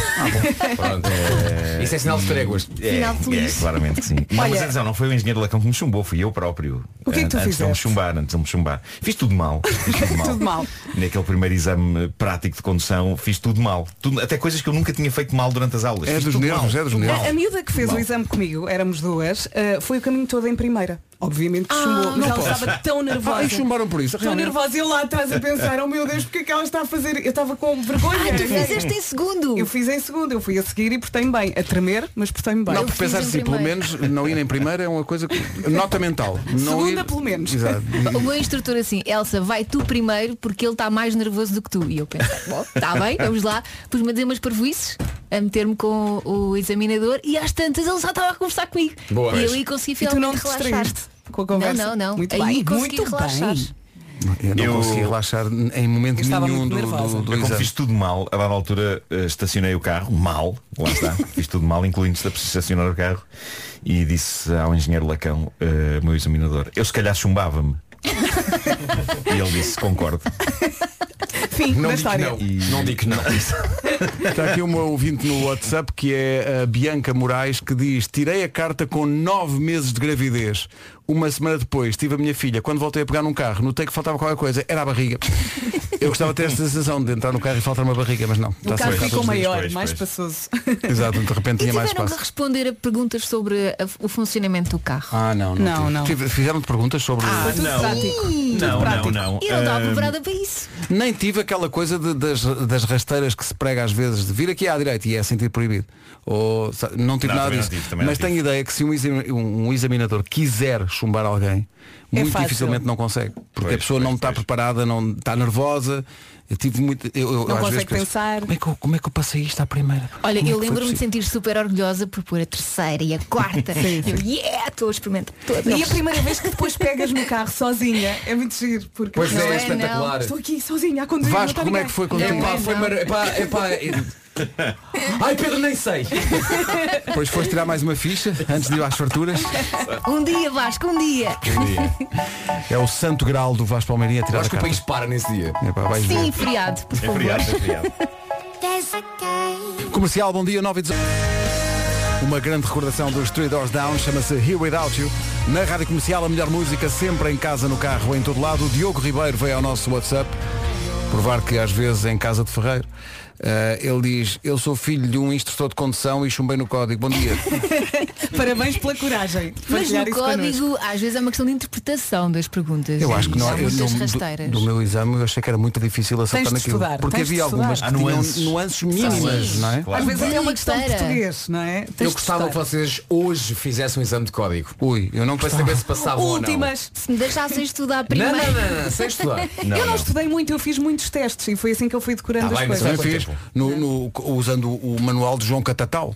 S14: Pronto, eh,
S8: Isso é sinal de tréguas.
S14: É,
S8: Sinal feliz.
S14: é, claramente que sim. Não,
S8: Olha-
S14: mas atenção, não foi o engenheiro Lacão que me chumbou, fui eu próprio.
S4: O que é que tu
S14: antes de ele me
S4: fizeste?
S14: chumbar, antes de ele me chumbar. Fiz tudo mal. Fiz tudo mal.
S4: Tudo mal.
S14: Naquele primeiro exame eh, prático de condução, fiz tudo mal. Tudo- até coisas que eu nunca tinha feito mal durante as aulas.
S2: É
S14: Fiz
S2: dos
S14: tudo
S2: nervos,
S14: mal.
S2: é dos
S14: Tudo mal.
S4: A, a miúda que fez
S14: Mal.
S4: o exame comigo, éramos duas, eh, foi o caminho todo em primeira. Obviamente que chumbou, Ah, mas
S2: não
S4: ela
S2: posso.
S4: estava tão nervosa.
S2: Ah, e chumbaram por isso,
S4: Tão
S2: realmente.
S4: nervosa e eu lá atrás a pensar, oh meu Deus, porque é que ela está a fazer? Eu estava com vergonha.
S5: Ah, tu fizeste em
S4: segundo. Eu fiz em segundo, eu fui a seguir e portei-me bem. A tremer, mas portei-me bem.
S2: Não, porque pensar assim, pelo menos não ir em primeira é uma coisa que- nota mental. Não
S5: Segunda,
S2: ir...
S5: pelo menos.
S2: Exato.
S5: O meu instrutor assim, Elsa, vai tu primeiro porque ele está mais nervoso do que tu. E eu pensei, bom, está bem, vamos lá. Pus-me a dizer umas parvoices, a meter-me com o examinador e às tantas ele já estava a conversar comigo.
S4: Boa,
S5: e
S4: pois.
S5: eu aí consegui
S4: E tu
S5: finalmente
S4: não te
S5: relaxar.
S4: distraíste com a conversa?
S5: Não, não, não.
S4: Muito
S5: aí
S4: bem.
S5: consegui
S4: Muito
S5: relaxar.
S4: bem.
S2: Eu É não
S14: Eu-
S2: conseguia relaxar em momento nenhum do, do, do
S14: eu É como
S2: exame.
S14: fiz tudo mal, a dada altura eh, estacionei o carro, mal, lá está, fiz tudo mal, incluindo estacionar o carro, e disse ao engenheiro Lacão, eh, meu examinador, eu se calhar chumbava-me. e ele disse, concordo.
S4: Fim
S2: Não
S4: da
S2: digo
S4: história.
S2: não. Não digo não. Está aqui uma ouvinte no WhatsApp que é a Bianca Moraes que diz Tirei a carta com nove meses de gravidez. Uma semana depois tive a minha filha. Quando voltei a pegar num carro, notei que faltava qualquer coisa. Era a barriga. Eu gostava de ter essa sensação de entrar no carro e faltar uma barriga, mas não.
S4: O
S2: Está
S4: carro
S2: certo.
S4: ficou maior, mais passoso.
S2: Exato, de repente
S5: E
S2: tinha mais
S5: tiveram que
S2: espaço.
S5: responder a perguntas sobre a- o funcionamento do carro.
S2: Ah, não,
S5: Não,
S2: não. tive.
S5: não.
S2: Tive- Fizeram-te perguntas sobre.
S5: Ah, Foi tudo não. prático. Tudo
S14: Não, não, prático. não. Eh,
S5: E não estava
S2: Ahm,
S5: preparada para isso.
S2: Nem tive aquela coisa de- das, das rasteiras que se prega às vezes de vir aqui à direita e é sentido proibido. Ou, sa- não tive
S14: Não,
S2: nada
S14: também não
S2: disso.
S14: tive, também
S2: Mas
S14: não
S2: tenho ideia que se um, exami- um- um examinador quiser chumbar alguém,
S14: É
S2: muito
S14: fácil.
S2: dificilmente não consegue. Porque
S14: Pois,
S2: a pessoa não está preparada, não está nervosa. Eu tive muito. Eu, eu,
S5: Não
S2: às vezes
S5: consegue
S2: penso,
S5: pensar.
S2: Como é, que eu, como é que eu passei isto à primeira? Como
S5: Olha,
S2: é
S5: eu
S2: que foi
S5: lembro-me de
S2: possível?"
S5: sentir super orgulhosa por pôr a terceira e a quarta.
S2: Sim,
S5: eu, yeah, estou a experimentar todas.
S4: E a primeira vez que depois pegas no carro sozinha é muito giro, porque
S8: Pois é, é espetacular.
S4: Estou aqui sozinha a conduzir.
S8: Vasco,
S4: não está
S8: como é
S4: ninguém.
S8: que foi quando tu- Epá, foi mar- epá, epá, Ai Pedro, nem sei.
S2: Depois foste tirar mais uma ficha antes de ir às farturas.
S5: Um dia, Vasco, um dia.
S2: É o santo grau do Vasco Palmeirinha tirar
S8: Acho
S2: a
S8: que o
S2: carta.
S8: país para nesse dia.
S2: Epá, vais ver.
S5: Sim, feriado,
S14: é
S5: por favor.
S2: Comercial, bom dia, 9 e 18. Uma grande recordação dos Three Doors Down chama-se Here Without You. Na rádio comercial, a melhor música sempre em casa, no carro, em todo lado. O Diogo Ribeiro veio ao nosso WhatsApp provar que às vezes é em casa de Ferreiro. Eh, ele diz, eu sou filho de um instrutor de condução e chumbei no código. Bom dia.
S4: Parabéns pela coragem. de
S5: Mas
S4: partilhar
S5: no
S4: isso connosco.
S5: código, às vezes é uma questão de interpretação das perguntas.
S2: Eu acho que não é-
S5: Há
S2: eu,
S5: muitas
S2: não-
S5: rasteiras.
S2: do, do meu exame eu achei que era muito difícil acertar
S5: de
S2: naquilo.
S5: estudar,
S2: porque
S5: tens de
S2: havia algumas que
S5: estudar.
S2: tinham
S5: Há
S2: nuances,
S5: nuances.
S2: mínimas,
S5: Sim.
S2: não é?
S4: Às vezes é uma questão de
S5: Espera.
S4: português, não é? Tens
S8: Eu
S4: de
S8: gostava que
S4: testar.
S8: vocês hoje fizessem um exame de código.
S2: Ui, eu não
S8: Para saber se passavam ou não.
S5: Se me deixassem estudar
S8: Não,
S5: primeiro.
S8: não, não, não, Tá sem estudar.
S2: Não,
S4: eu não,
S2: não.
S4: estudei muito, eu fiz muitos testes e foi assim que eu fui decorando as coisas.
S2: Também fiz, no- no- usando o manual de João Catatau.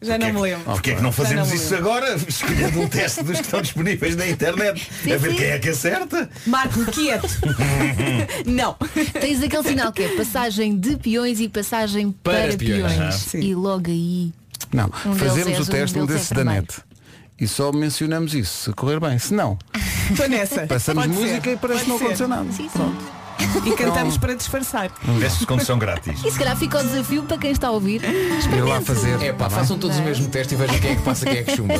S4: Já não me lembro.
S14: Porquê é que não
S2: Já
S14: fazemos
S2: não me
S14: isso agora? Escolhendo um teste dos que estão disponíveis na internet.
S5: Sim,
S14: a ver
S5: sim.
S14: quem é que acerta.
S4: Marco, quieto. não.
S5: Tens aquele sinal que é passagem de peões e passagem
S2: Para
S5: para,
S2: peões.
S5: peões.
S2: Aham. Sim.
S5: E logo aí.
S2: Não,
S5: Um deles
S2: fazemos
S5: é
S2: o
S5: azul,
S2: teste,
S5: um
S2: um
S5: deles
S2: desses
S5: é
S2: da
S5: vermelho.
S2: net. E só mencionamos isso, se correr bem. Se não,
S4: Estou nessa.
S2: passamos
S4: Pode
S2: música
S4: ser.
S2: e parece
S4: Pode
S2: que não
S4: ser.
S2: aconteceu nada.
S5: Sim, sim.
S2: Pronto.
S4: E cantamos para disfarçar.
S14: Testes Um de condução grátis.
S5: E se calhar fica o desafio para quem está a ouvir. Experimente.
S8: É pá, façam todos o mesmo teste e vejam quem é que passa, quem é que chumba.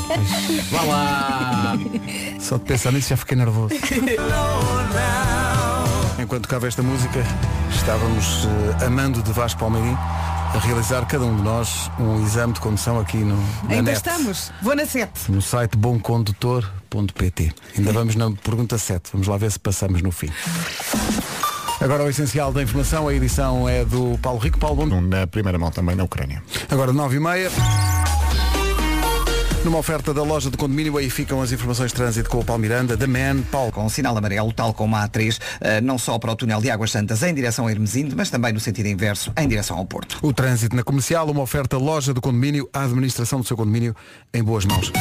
S8: Vá lá!
S2: Só de pensar nisso já fiquei nervoso. Enquanto tocava esta música, estávamos eh, amando de Vasco Palmeirim a realizar cada um de nós um exame de condução aqui no na
S4: Ainda
S2: net,
S4: estamos. Vou na 7.
S2: no site bomcondutor.pt. Ainda vamos na pergunta 7. Vamos lá ver se passamos no fim. Agora o essencial da informação, a edição é do Paulo Rico. Paulo, bom...
S1: Na primeira mão também na Ucrânia.
S2: Agora 9 e meia. Numa oferta da loja de condomínio, aí ficam as informações de trânsito com o Paulo Miranda, da Man, Paulo.
S7: Com sinal amarelo, tal como a A3, eh, não só para o túnel de Águas Santas em direção a Hermesinde, mas também no sentido inverso, em direção ao Porto.
S2: O trânsito na comercial, uma oferta loja do condomínio, a administração do seu condomínio em boas mãos.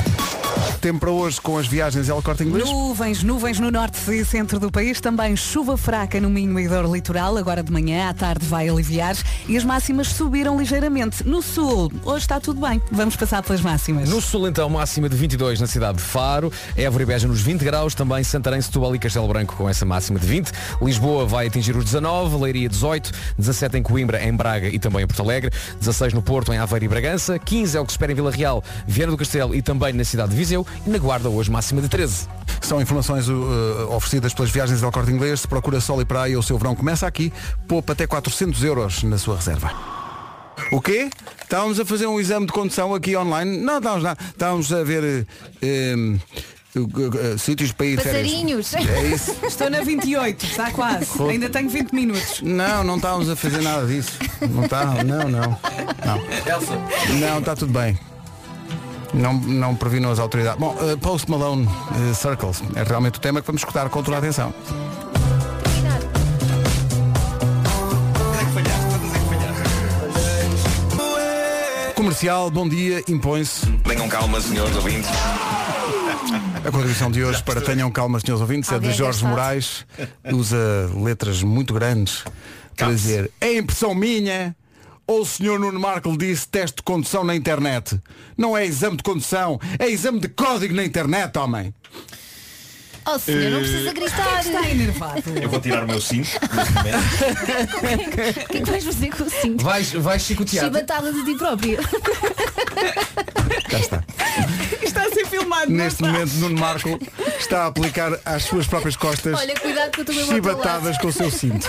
S2: Tempo para hoje com as viagens El Corte Inglês.
S4: Nuvens, nuvens no norte e centro do país, também chuva fraca no Minho e Dor Litoral, agora de manhã, à tarde vai aliviar e as máximas subiram ligeiramente. No sul, hoje está tudo bem, vamos passar pelas máximas.
S8: No sul, então, máxima de 22 na cidade de Faro, Évora e Beja nos 20 graus, também Santarém, Setúbal e Castelo Branco com essa máxima de 20. Lisboa vai atingir os 19, Leiria 18, 17 em Coimbra, em Braga e também em Porto Alegre, 16 no Porto, em Aveiro e Bragança, 15 é o que se espera em Vila Real, Viana do Castelo e também na cidade de Viseu e na Guarda hoje máxima de 13.
S2: São informações uh, oferecidas pelas viagens El Corte Inglês. Se procura sol e praia, o seu verão começa aqui. Poupa até 400 euros na sua reserva. O quê? Estávamos a fazer um exame de condução aqui online. Não, estávamos nada. Estávamos a ver eh, em, eh, sítios para ir de férias.
S4: Passarinhos.
S2: É isso.
S4: Estou na 28, está quase.
S2: Rô-
S4: Ainda tenho 20 minutos.
S2: Não, não estávamos a fazer nada disso. Não está, não, não. Não.
S8: Elsa.
S2: Não, está tudo bem. Não, não previnou as autoridades. Bom, eh, Post Malone eh, Circles é realmente o tema que vamos escutar com toda a atenção. Comercial, bom dia, impõe-se.
S14: Tenham calma, senhores ouvintes.
S2: A contribuição de hoje para Tenham Calma, senhores ouvintes, é de
S14: Alguém é
S2: Jorge
S14: engraçado.
S2: Moraes. Usa letras muito grandes para dizer é impressão minha ou o senhor Nuno Marco disse teste de condução na internet. Não é exame de condução, é exame de código na internet, homem.
S5: Oh senhor, não
S2: Eh,
S5: precisa gritar.
S4: Está enervado.
S14: Eu vou tirar o meu cinto.
S5: O que é que vais fazer com o cinto?
S8: Vais, vais chicotear.
S5: Chibatada de ti próprio.
S2: Cá está.
S4: Está a ser filmado.
S2: Neste momento Nuno Marco está a aplicar às suas próprias costas
S5: Olha, cuidado que eu também vou
S2: chibatadas com o seu cinto.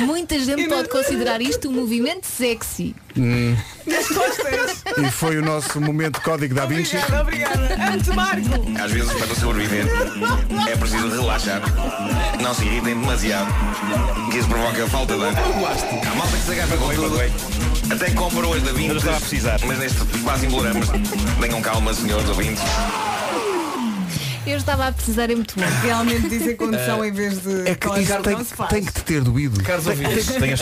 S5: Muita gente pode
S2: é
S5: considerar isto um movimento sexy.
S2: Hum,
S5: Nas costas.
S2: e foi o nosso momento código da Vinci.
S4: obrigada. Antes Marco.
S14: Às vezes, para sobreviver, é preciso relaxar. Não se irritem demasiado, que isso provoca falta de ar. Há malta que se agarra com tudo. Até compra hoje da 20, mas neste quase embolamos. Tenham calma, senhores ouvintes.
S5: Eu estava a precisar é muito bom.
S4: Realmente dizer condução
S8: Eh,
S4: em vez de
S8: é que
S4: código
S8: isso tem-
S4: não se faz.
S2: Tem que te ter doído.
S8: Caros
S2: Tem-
S8: ouvintes,
S2: tem-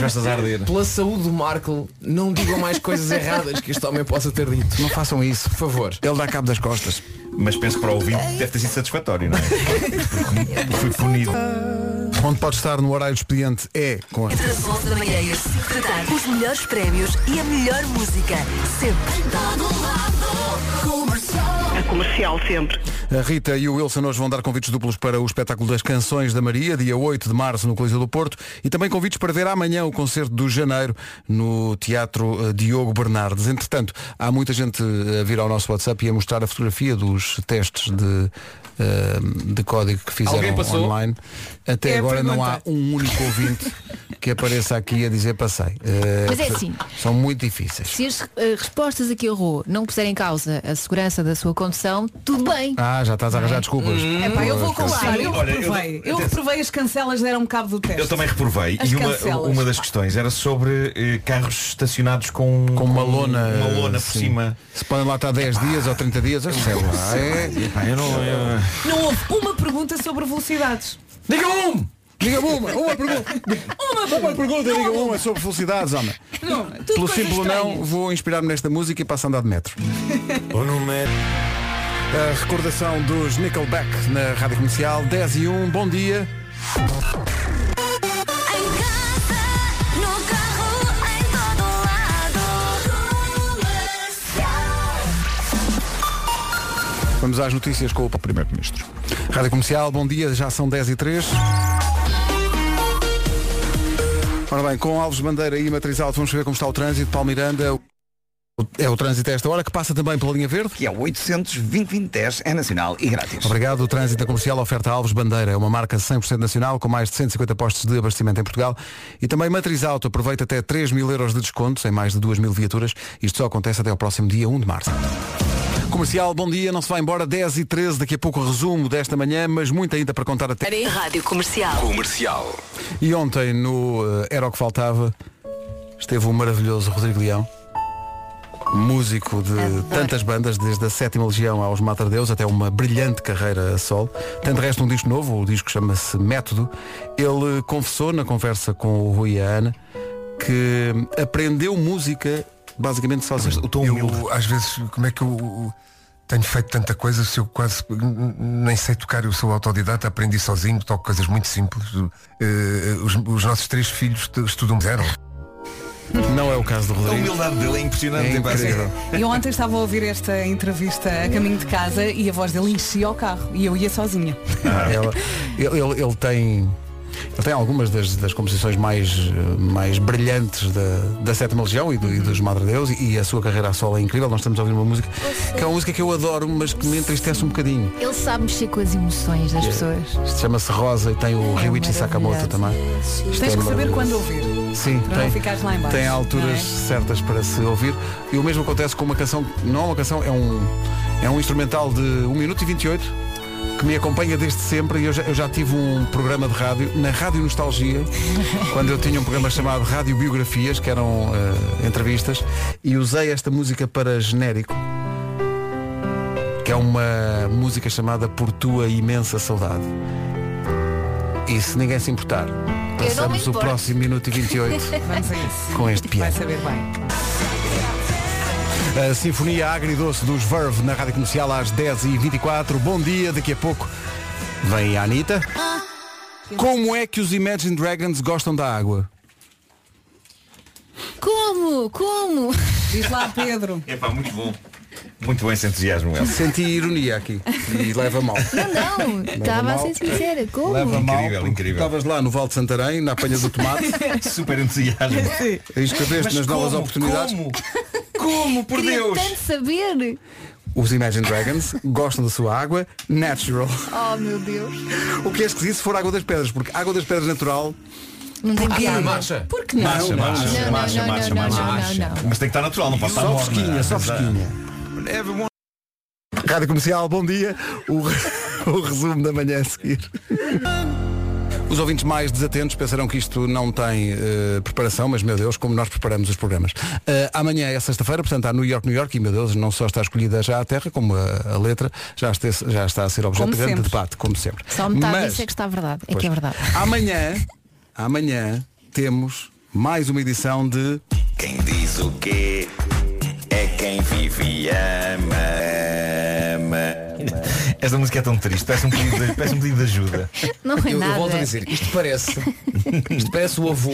S8: Pela saúde do Marco, não digam mais coisas erradas que este homem possa ter dito.
S2: Não façam isso, por
S8: favor.
S2: Ele dá cabo das costas.
S14: Mas penso que para o ouvinte deve ter sido satisfatório, não é? Fui punido.
S2: Onde pode estar no horário expediente é com a...
S15: Entre as 11 da manhã e as 5 da tarde, os melhores prémios e a melhor música. Sempre.
S16: A comercial sempre.
S2: A Rita e o Wilson hoje vão dar convites duplos para o espetáculo das Canções da Maria, dia 8 de março no Coliseu do Porto, e também convites para ver amanhã o concerto do Janeiro no Teatro eh, Diogo Bernardes. Entretanto, há muita gente eh, a vir ao nosso WhatsApp e a mostrar a fotografia dos testes de, eh, de código que
S8: Alguém
S2: fizeram
S8: passou?
S2: online. Até
S8: É a
S2: agora não há
S8: pergunta.
S2: um único ouvinte que apareça aqui a dizer passei. Eh,
S5: Mas é assim.
S2: São muito difíceis.
S5: Se as eh, respostas aqui errou não puserem em causa a segurança da sua condução, tudo bem.
S2: Ah, já estás a arranjar desculpas. assim,
S4: É pá, eu vou
S2: Pois,
S4: colar, eu
S14: Olha, eu-
S4: reprovei. Eu reprovei as cancelas, deram um bocado do teste.
S14: Eu também reprovei
S4: As
S14: e uma,
S4: cancelas.
S14: uma das questões era sobre eh, carros estacionados com, com
S2: uma lona,
S14: uma lona por
S2: sim.
S14: cima.
S2: Se podem lá estar 10 dias ou 30 dias, eu sei lá. É...
S14: Epá, eu não- eu-
S4: Não houve uma pergunta sobre velocidades.
S2: Diga um! Diga uma! Uma pergunta!
S4: Uma
S2: Uma pergunta, diga uma sobre velocidades, homem.
S4: Não, tudo
S2: Pelo
S4: coisas
S2: simples não,
S4: estranhas.
S2: vou inspirar-me nesta música e passo a andar de metro. A recordação dos Nickelback na Rádio Comercial, 10 e 1, bom dia. Vamos às notícias com o Primeiro-Ministro. Rádio Comercial, bom dia, já são 10 e 3. Ora bem, com Alves Bandeira e Matriz Alto, vamos ver como está o trânsito. Paulo Miranda, o- é o trânsito a esta hora, que passa também pela linha verde.
S7: Que é o 800 é nacional e grátis.
S2: Obrigado. O trânsito da comercial oferta Alves Bandeira. É uma marca 100% nacional com mais de 150 postos de abastecimento em Portugal. E também Matriz Auto aproveita até 3 mil euros de descontos em mais de 2 mil viaturas. Isto só acontece até ao próximo dia 1 de março. Comercial, bom dia. Não se vai embora. 10 e 13. Daqui a pouco o resumo desta manhã, mas muito ainda para contar até.
S15: Rádio Comercial.
S16: Comercial.
S2: E ontem no eh, Era o que Faltava esteve o maravilhoso Rodrigo Leão, músico de tantas bandas, desde a Sétima Legião aos Matardeus, até uma brilhante carreira a sol. Tem de resto um disco novo, o disco chama-se Método. Ele confessou na conversa com o Rui e a Ana que aprendeu música basicamente sozinho. O tom
S17: Eu, às vezes, como é que eu uh, tenho feito tanta coisa se eu quase uh, nem sei tocar, eu sou autodidata, aprendi sozinho, toco coisas muito simples. Uh, os, os nossos três filhos t- estudam zero.
S2: Não é o caso do
S14: Rodrigo. A humildade dele é impressionante.
S17: É
S14: pá, assim.
S17: incrível.
S4: Eu ontem estava a ouvir esta entrevista a caminho de casa e a voz dele enchia o carro e eu ia sozinha.
S2: Ela- ele, ele- ele tem. Ele tem algumas das, das composições mais, eh, mais brilhantes da, da Sétima Legião e, do- e dos Madre Deus e, e a sua carreira a solo é incrível. Nós estamos a ouvir uma música que é uma música que eu adoro, mas que me entristece um bocadinho.
S5: Ele sabe mexer com as emoções das
S2: É.
S5: pessoas.
S2: Isto chama-se Rosa e tem o
S5: É
S2: Ryuichi Sakamoto
S5: maravilhoso.
S2: também. Isto
S4: Tens
S2: é
S4: que saber
S2: maravilhoso.
S4: quando ouvir.
S2: Sim,
S4: para não ficares lá em baixo,
S2: tem
S4: não é?
S2: alturas certas para se ouvir. E o mesmo acontece com uma canção, que não é uma canção, é um, é um instrumental de 1 minuto e 28 que me acompanha desde sempre e eu já, eu já tive um programa de rádio, na Rádio Nostalgia, quando eu tinha um programa chamado Rádio Biografias, que eram eh, entrevistas, e usei esta música para genérico, que é uma música chamada Por Tua Imensa Saudade. E se ninguém se importar, passamos o próximo minuto e 28
S4: Vamos a isso.
S2: com este piano.
S4: Vai saber bem.
S2: A Sinfonia Agridoce dos Verve na Rádio Comercial às 10h24. Bom dia, daqui a pouco vem a Anitta. Como é que os Imagine Dragons gostam da água?
S5: Como? Como?
S4: Diz lá, Pedro.
S14: É pá, muito bom. Muito bom esse entusiasmo, Elsa.
S2: Senti ironia aqui e leva mal.
S5: Ah, Não,
S2: Leva
S5: estava a
S2: mal.
S5: ser sincera. Como?
S2: Leva Tá mal.
S14: Incrível,
S2: porque
S14: incrível.
S2: Estavas lá no Val de Santarém, na apanha do tomate.
S14: Super entusiasmo.
S2: Sim. E escreveste
S14: Mas
S2: nas novas
S14: como?
S2: oportunidades.
S14: Como? Como, por
S5: Queria
S14: Deus?
S5: tanto saber.
S2: Os Imagine Dragons gostam da sua água natural.
S5: Oh, meu Deus.
S2: O que é esquisito se for água das pedras, porque água das pedras natural
S5: Não tem
S2: Ah,
S5: piada.
S2: marcha.
S5: Por que não?
S2: Marcha,
S5: Não,
S2: marcha,
S5: não,
S2: marcha,
S5: não, não,
S2: marcha,
S5: não,
S2: marcha,
S5: não,
S2: marcha.
S5: não, não.
S14: Mas tem que estar natural, não pode estar
S2: Só
S14: morna. eh,
S2: fresquinha, só
S14: Exato.
S2: fresquinha. Rádio Comercial, bom dia. O, re- o resumo da manhã a seguir. Os ouvintes mais desatentos pensarão que isto não tem eh, preparação, mas meu Deus, como nós preparamos os programas. Eh, amanhã é sexta-feira, portanto há New York, New York, e meu Deus, não só está escolhida já a terra, como a, a letra, já, este- já está a ser objeto
S5: Como
S2: de grande
S5: sempre.
S2: debate, como sempre.
S5: Só metade
S2: Mas-
S5: disso é que está a verdade. É
S2: Pois.
S5: que é verdade.
S2: Amanhã, amanhã temos mais uma edição de
S16: Quem diz o quê é quem vive e ama.
S14: Esta música é tão triste, parece um pedido de, parece um pedido de ajuda.
S5: Não é
S8: eu, eu
S5: nada.
S8: volto a dizer, isto parece, isto parece o avô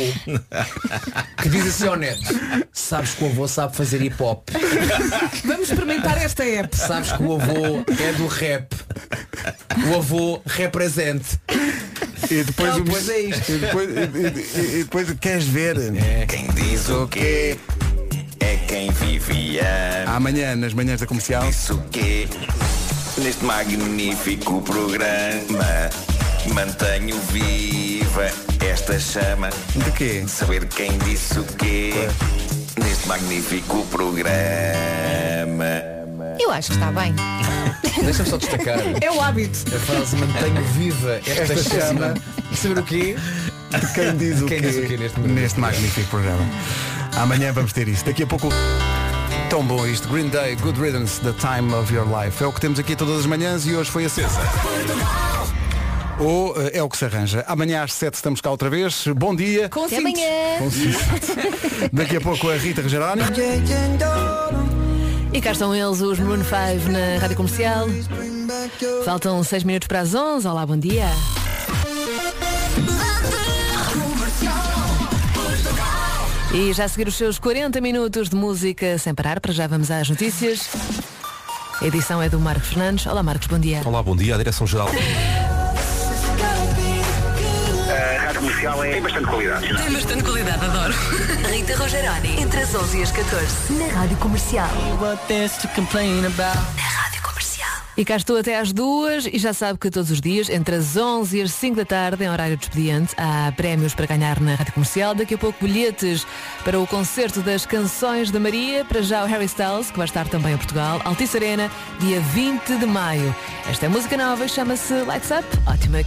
S8: que diz assim ao neto, sabes que o avô sabe fazer hip hop,
S4: Vamos experimentar esta app.
S8: sabes que o avô é do rap, o avô represente.
S2: E depois,
S8: Não,
S2: o-
S8: pois é isto.
S2: E depois, e- e- e depois queres ver?
S8: É.
S16: Quem diz o quê é quem vive e ama.
S2: Amanhã, nas manhãs da comercial.
S16: Isso quê? Neste magnífico programa mantenho viva esta chama.
S2: De quê?
S16: Saber quem disse o quê neste magnífico programa.
S5: Eu acho que está bem.
S8: Deixa-me só destacar
S4: É o hábito.
S8: a frase mantenho viva esta,
S2: Esta chama.
S8: chama. Saber o quê?
S2: Quem diz o
S8: Quem
S2: quê
S8: diz o quê neste momento?
S2: neste magnífico programa. Amanhã vamos ter isso. Daqui a pouco. Tão bom isto. Green Day, Good Riddance, The Time of Your Life. É o que temos aqui todas as manhãs e hoje foi a César. Ou eh, é o que se arranja. Amanhã às 7 estamos cá outra vez. Bom dia.
S5: Com Até cinto. amanhã.
S2: Com cinto. Daqui a pouco a Rita Rogeroni.
S5: E cá estão eles, os Maroon 5 na Rádio Comercial. Faltam 6 minutos para as 11. Olá, bom dia. E já a seguir os seus 40 minutos de música sem parar, para já vamos às notícias.
S18: A edição é do Marcos Fernandes. Olá, Marcos, bom dia.
S19: Olá, bom dia. A direção-geral.
S14: A rádio comercial é, tem bastante qualidade.
S11: Tem bastante qualidade, adoro. Rita Rogeroni, entre as 11 e as 14, na Rádio Comercial. Na Rádio Comercial.
S18: E cá estou até às duas e já sabe que todos os dias, entre as 11 e as 5 da tarde, em horário de expediente, há prémios para ganhar na Rádio Comercial. Daqui a pouco bilhetes para o concerto das canções da Maria, para já o Harry Styles, que vai estar também em Portugal, Altice Arena, dia 20 de maio. Esta é música nova, chama-se Lights Up. Ótima